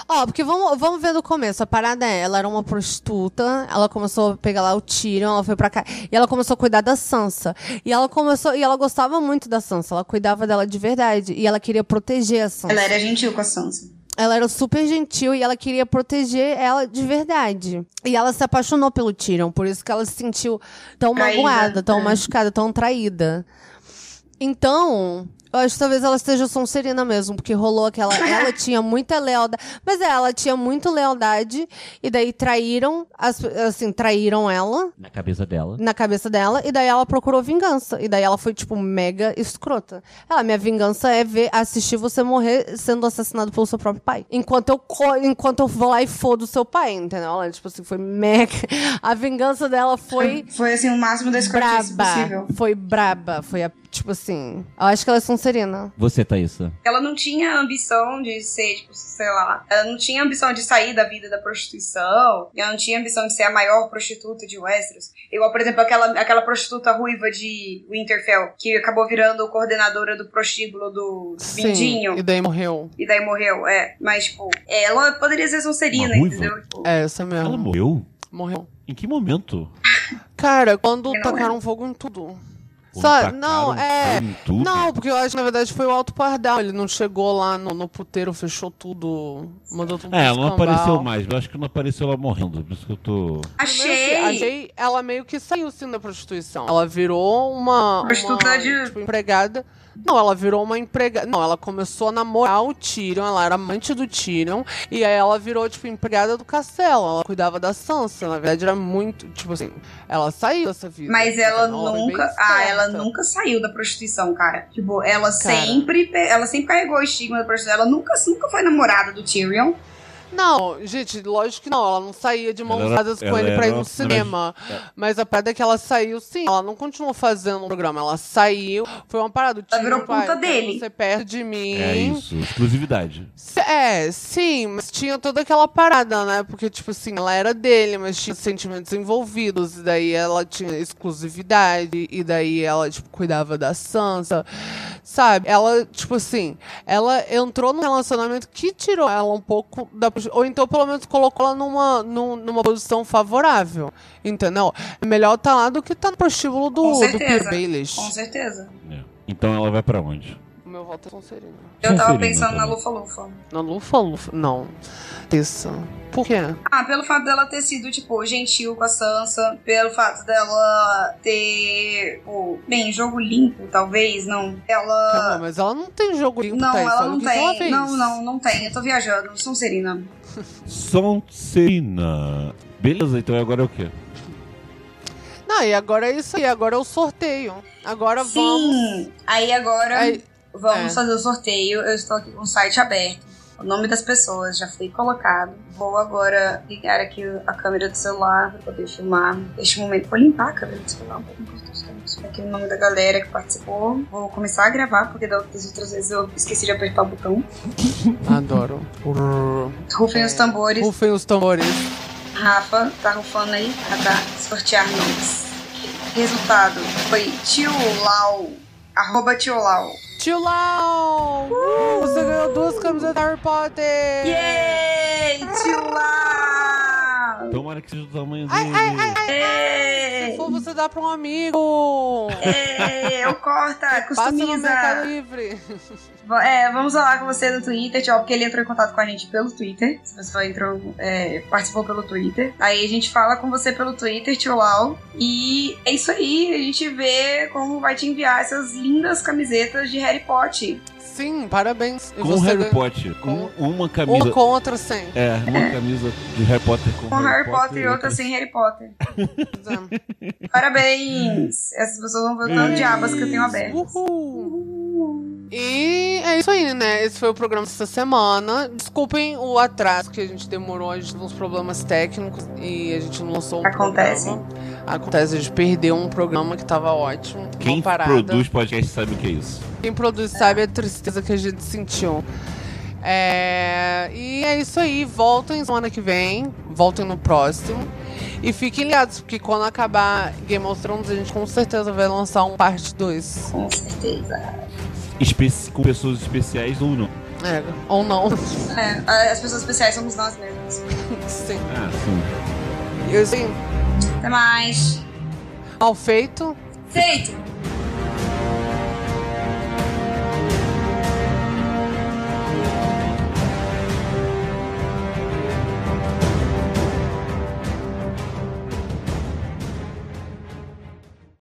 F: Ó, porque vamos, vamos ver do começo. A parada é, ela era uma prostituta, ela começou a pegar lá o tiro, ela foi pra cá. E ela começou a cuidar da Sansa. E ela começou. E ela gostava muito da Sansa. Ela cuidava dela de verdade. E ela queria proteger a Sansa.
G: Ela era gentil com a Sansa.
F: Ela era super gentil e ela queria proteger ela de verdade. E ela se apaixonou pelo Tyrion, por isso que ela se sentiu tão
G: Traída,
F: magoada, tão
G: é.
F: machucada, tão traída. Então, eu acho que talvez ela esteja Sonserina mesmo, porque rolou aquela. Ela tinha muita lealdade. Mas é, ela tinha muita lealdade, e daí traíram, as- assim, traíram ela
H: Na cabeça dela.
F: na cabeça dela, e daí ela procurou vingança. E daí ela foi, tipo, mega escrota. Ela, minha vingança é ver, assistir você morrer sendo assassinado pelo seu próprio pai. Enquanto eu, co- enquanto eu vou lá e fodo seu pai, entendeu? Ela, tipo assim, foi mega. A vingança dela foi.
G: Foi assim, o máximo da escrotice
F: braba.
G: possível.
F: Foi braba. Foi, a- tipo assim. Eu acho que ela é
I: Sonserina.
J: Você, Thaísa.
G: Ela não tinha ambição de ser, tipo, sei lá, ela não tinha ambição de sair da vida da prostituição, ela não tinha ambição de ser a maior prostituta de Westeros. Igual, por exemplo, aquela, aquela prostituta ruiva de Winterfell, que acabou virando coordenadora do prostíbulo do Mindinho.
F: E daí morreu.
G: E daí morreu, é. Mas, tipo, ela poderia ser Sonserina,
J: Uma ruiva?
G: entendeu? Tipo,
F: É, essa
J: Ela
F: mesmo.
J: morreu?
F: Morreu.
J: Em que momento?
F: Cara, quando
G: Eu não
F: tacaram fogo em tudo.
J: Quando
I: Só-
J: tacaram
I: não, é-
J: fogo em tudo?
F: Não, porque eu acho que na verdade foi o Alto Pardal. Ele não chegou lá no, no puteiro, fechou tudo, mandou tudo
H: É,
F: pro
H: ela não
F: escambau.
H: apareceu mais. Eu acho que não apareceu ela morrendo. Por isso que eu tô.
F: Primeiro que
G: achei!
F: A Jay, ela meio que saiu sim da prostituição. Ela virou uma.
G: Prostituta
F: uma,
G: de-
F: tipo, empregada. Não, ela virou uma empregada. Não, ela começou a namorar o Tyrion, ela era amante do Tyrion. E aí ela virou, tipo, empregada do castelo. Ela cuidava da Sansa. Na verdade, era muito. Tipo assim, ela saiu dessa vida.
G: Mas ela
F: entendeu? foi é bem
G: nunca. Ah, ela
F: esperta.
G: nunca saiu da prostituição, cara. Tipo, ela sempre. pe- Ela sempre carregou o estigma da prostituição. Ela nunca, nunca foi namorada do Tyrion.
F: Não, gente, lógico que não. Ela não saía de mãos
H: Ela era-
F: dadas com
H: ela
F: ele pra ir
H: era-
F: no
H: na
F: cinema.
H: verdade,
F: Mas a parada é que ela saiu, sim. Ela não continuou fazendo o programa. Ela saiu. Foi uma parada. do
G: Ela
F: tipo,
G: virou
F: pai,
G: puta
F: eu quero
G: dele.
F: Você perto de mim.
H: É isso. Exclusividade.
F: Se- É, sim, mas tinha toda aquela parada, né? Porque, tipo assim, ela era dele, mas tinha sentimentos envolvidos, e daí ela tinha exclusividade, e daí ela, tipo, cuidava da Sansa, sabe? Ela, tipo assim, ela entrou num relacionamento que tirou ela um pouco da. pos- Ou então, pelo menos, colocou ela numa, num- numa posição favorável, entendeu? É melhor tá lá do que tá no prostíbulo do,
G: Com
F: do Peter
G: certeza.
F: Baelish.
G: Com certeza.
H: É. Então ela vai pra onde?
F: O meu voto é Sonserina.
G: Eu tava
H: Sonserina então.
G: pensando na
H: também.
G: Lufa Lufa.
F: Na Lufa, Lufa? Não. Isso. Por quê?
G: Ah, pelo fato dela ter sido, tipo, gentil com a Sansa. Pelo fato dela ter. Tipo, bem, jogo limpo, talvez, não.
F: Calma,
G: Ela.
F: mas ela não tem jogo limpo,
G: Não,
F: Thaís,
G: ela
F: olha
G: não
F: o que que ela
G: tem.
F: fez.
G: Não, não, não tem. Eu tô viajando. Sonserina.
H: Sonserina. Beleza, então agora é o quê?
F: Não, e agora é isso aí, agora é o sorteio. Agora vamos.
G: Sim. Aí agora.
F: Aí-
G: Vamos
F: É.
G: fazer o sorteio. Eu estou aqui com o site aberto. O nome das pessoas já foi colocado. Vou agora ligar aqui a câmera do celular para poder filmar este momento. Vou limpar a câmera do celular um pouco enquanto estamos. Aqui o nome da galera que participou. Vou começar a gravar, porque da- das outras vezes eu esqueci de apertar o botão.
F: Adoro.
G: Rufem
F: É,
G: os tambores.
F: Rufem os tambores.
G: Rafa, tá rufando aí? Ah, tá. Sortear nomes. Resultado foi Tio Lau. Arroba Tio Lau.
F: Tio Lau!
G: Uh!
F: Você ganhou duas camisas da Harry Potter!
G: Yay! Tio Lau!
H: Tomara que seja do tamanho dele.
F: Ai, ai, ai, ai,
G: É,
F: se for, você dá pra um amigo!
G: é, eu corta,
F: Passa no Mercado
G: customiza.
F: Livre!
G: Va- É, vamos falar com você no Twitter, tchau, porque ele entrou em contato com a gente pelo Twitter. Se você entrou, é, participou pelo Twitter. Aí a gente fala com você pelo Twitter, tio Lau. E é isso aí, a gente vê como vai te enviar essas lindas camisetas de Harry Potter.
F: Sim, parabéns! E
H: Com Harry
F: ganha-
H: Potter. Com uma camisa.
F: Ou contra, sim.
H: É, uma camisa de Harry Potter com,
G: Com Harry Potter e outra sem Harry Potter. Parabéns! Essas pessoas vão ver o tanto de abas que eu tenho aberto.
F: Uhul. E é isso aí, né? Esse foi o programa dessa semana. Desculpem o atraso que a gente demorou, a gente teve uns problemas técnicos e a gente não lançou o
G: Acontece.
F: programa. Acontece, a gente perdeu um programa que tava ótimo.
H: Quem
F: uma parada.
H: produz podcast sabe o que é isso.
F: Quem produz sabe a tristeza que a gente sentiu. É, E é isso aí. Voltem semana que vem. Voltem no próximo. E fiquem ligados, porque quando acabar Game of Thrones, a gente com certeza vai lançar um parte 2.
G: Com certeza.
H: Espe- com pessoas especiais ou não.
F: É, ou não.
G: É, as pessoas especiais somos nós mesmos.
F: Sim.
H: Ah, sim.
F: E assim,
G: Até mais.
F: mal feito.
G: Feito.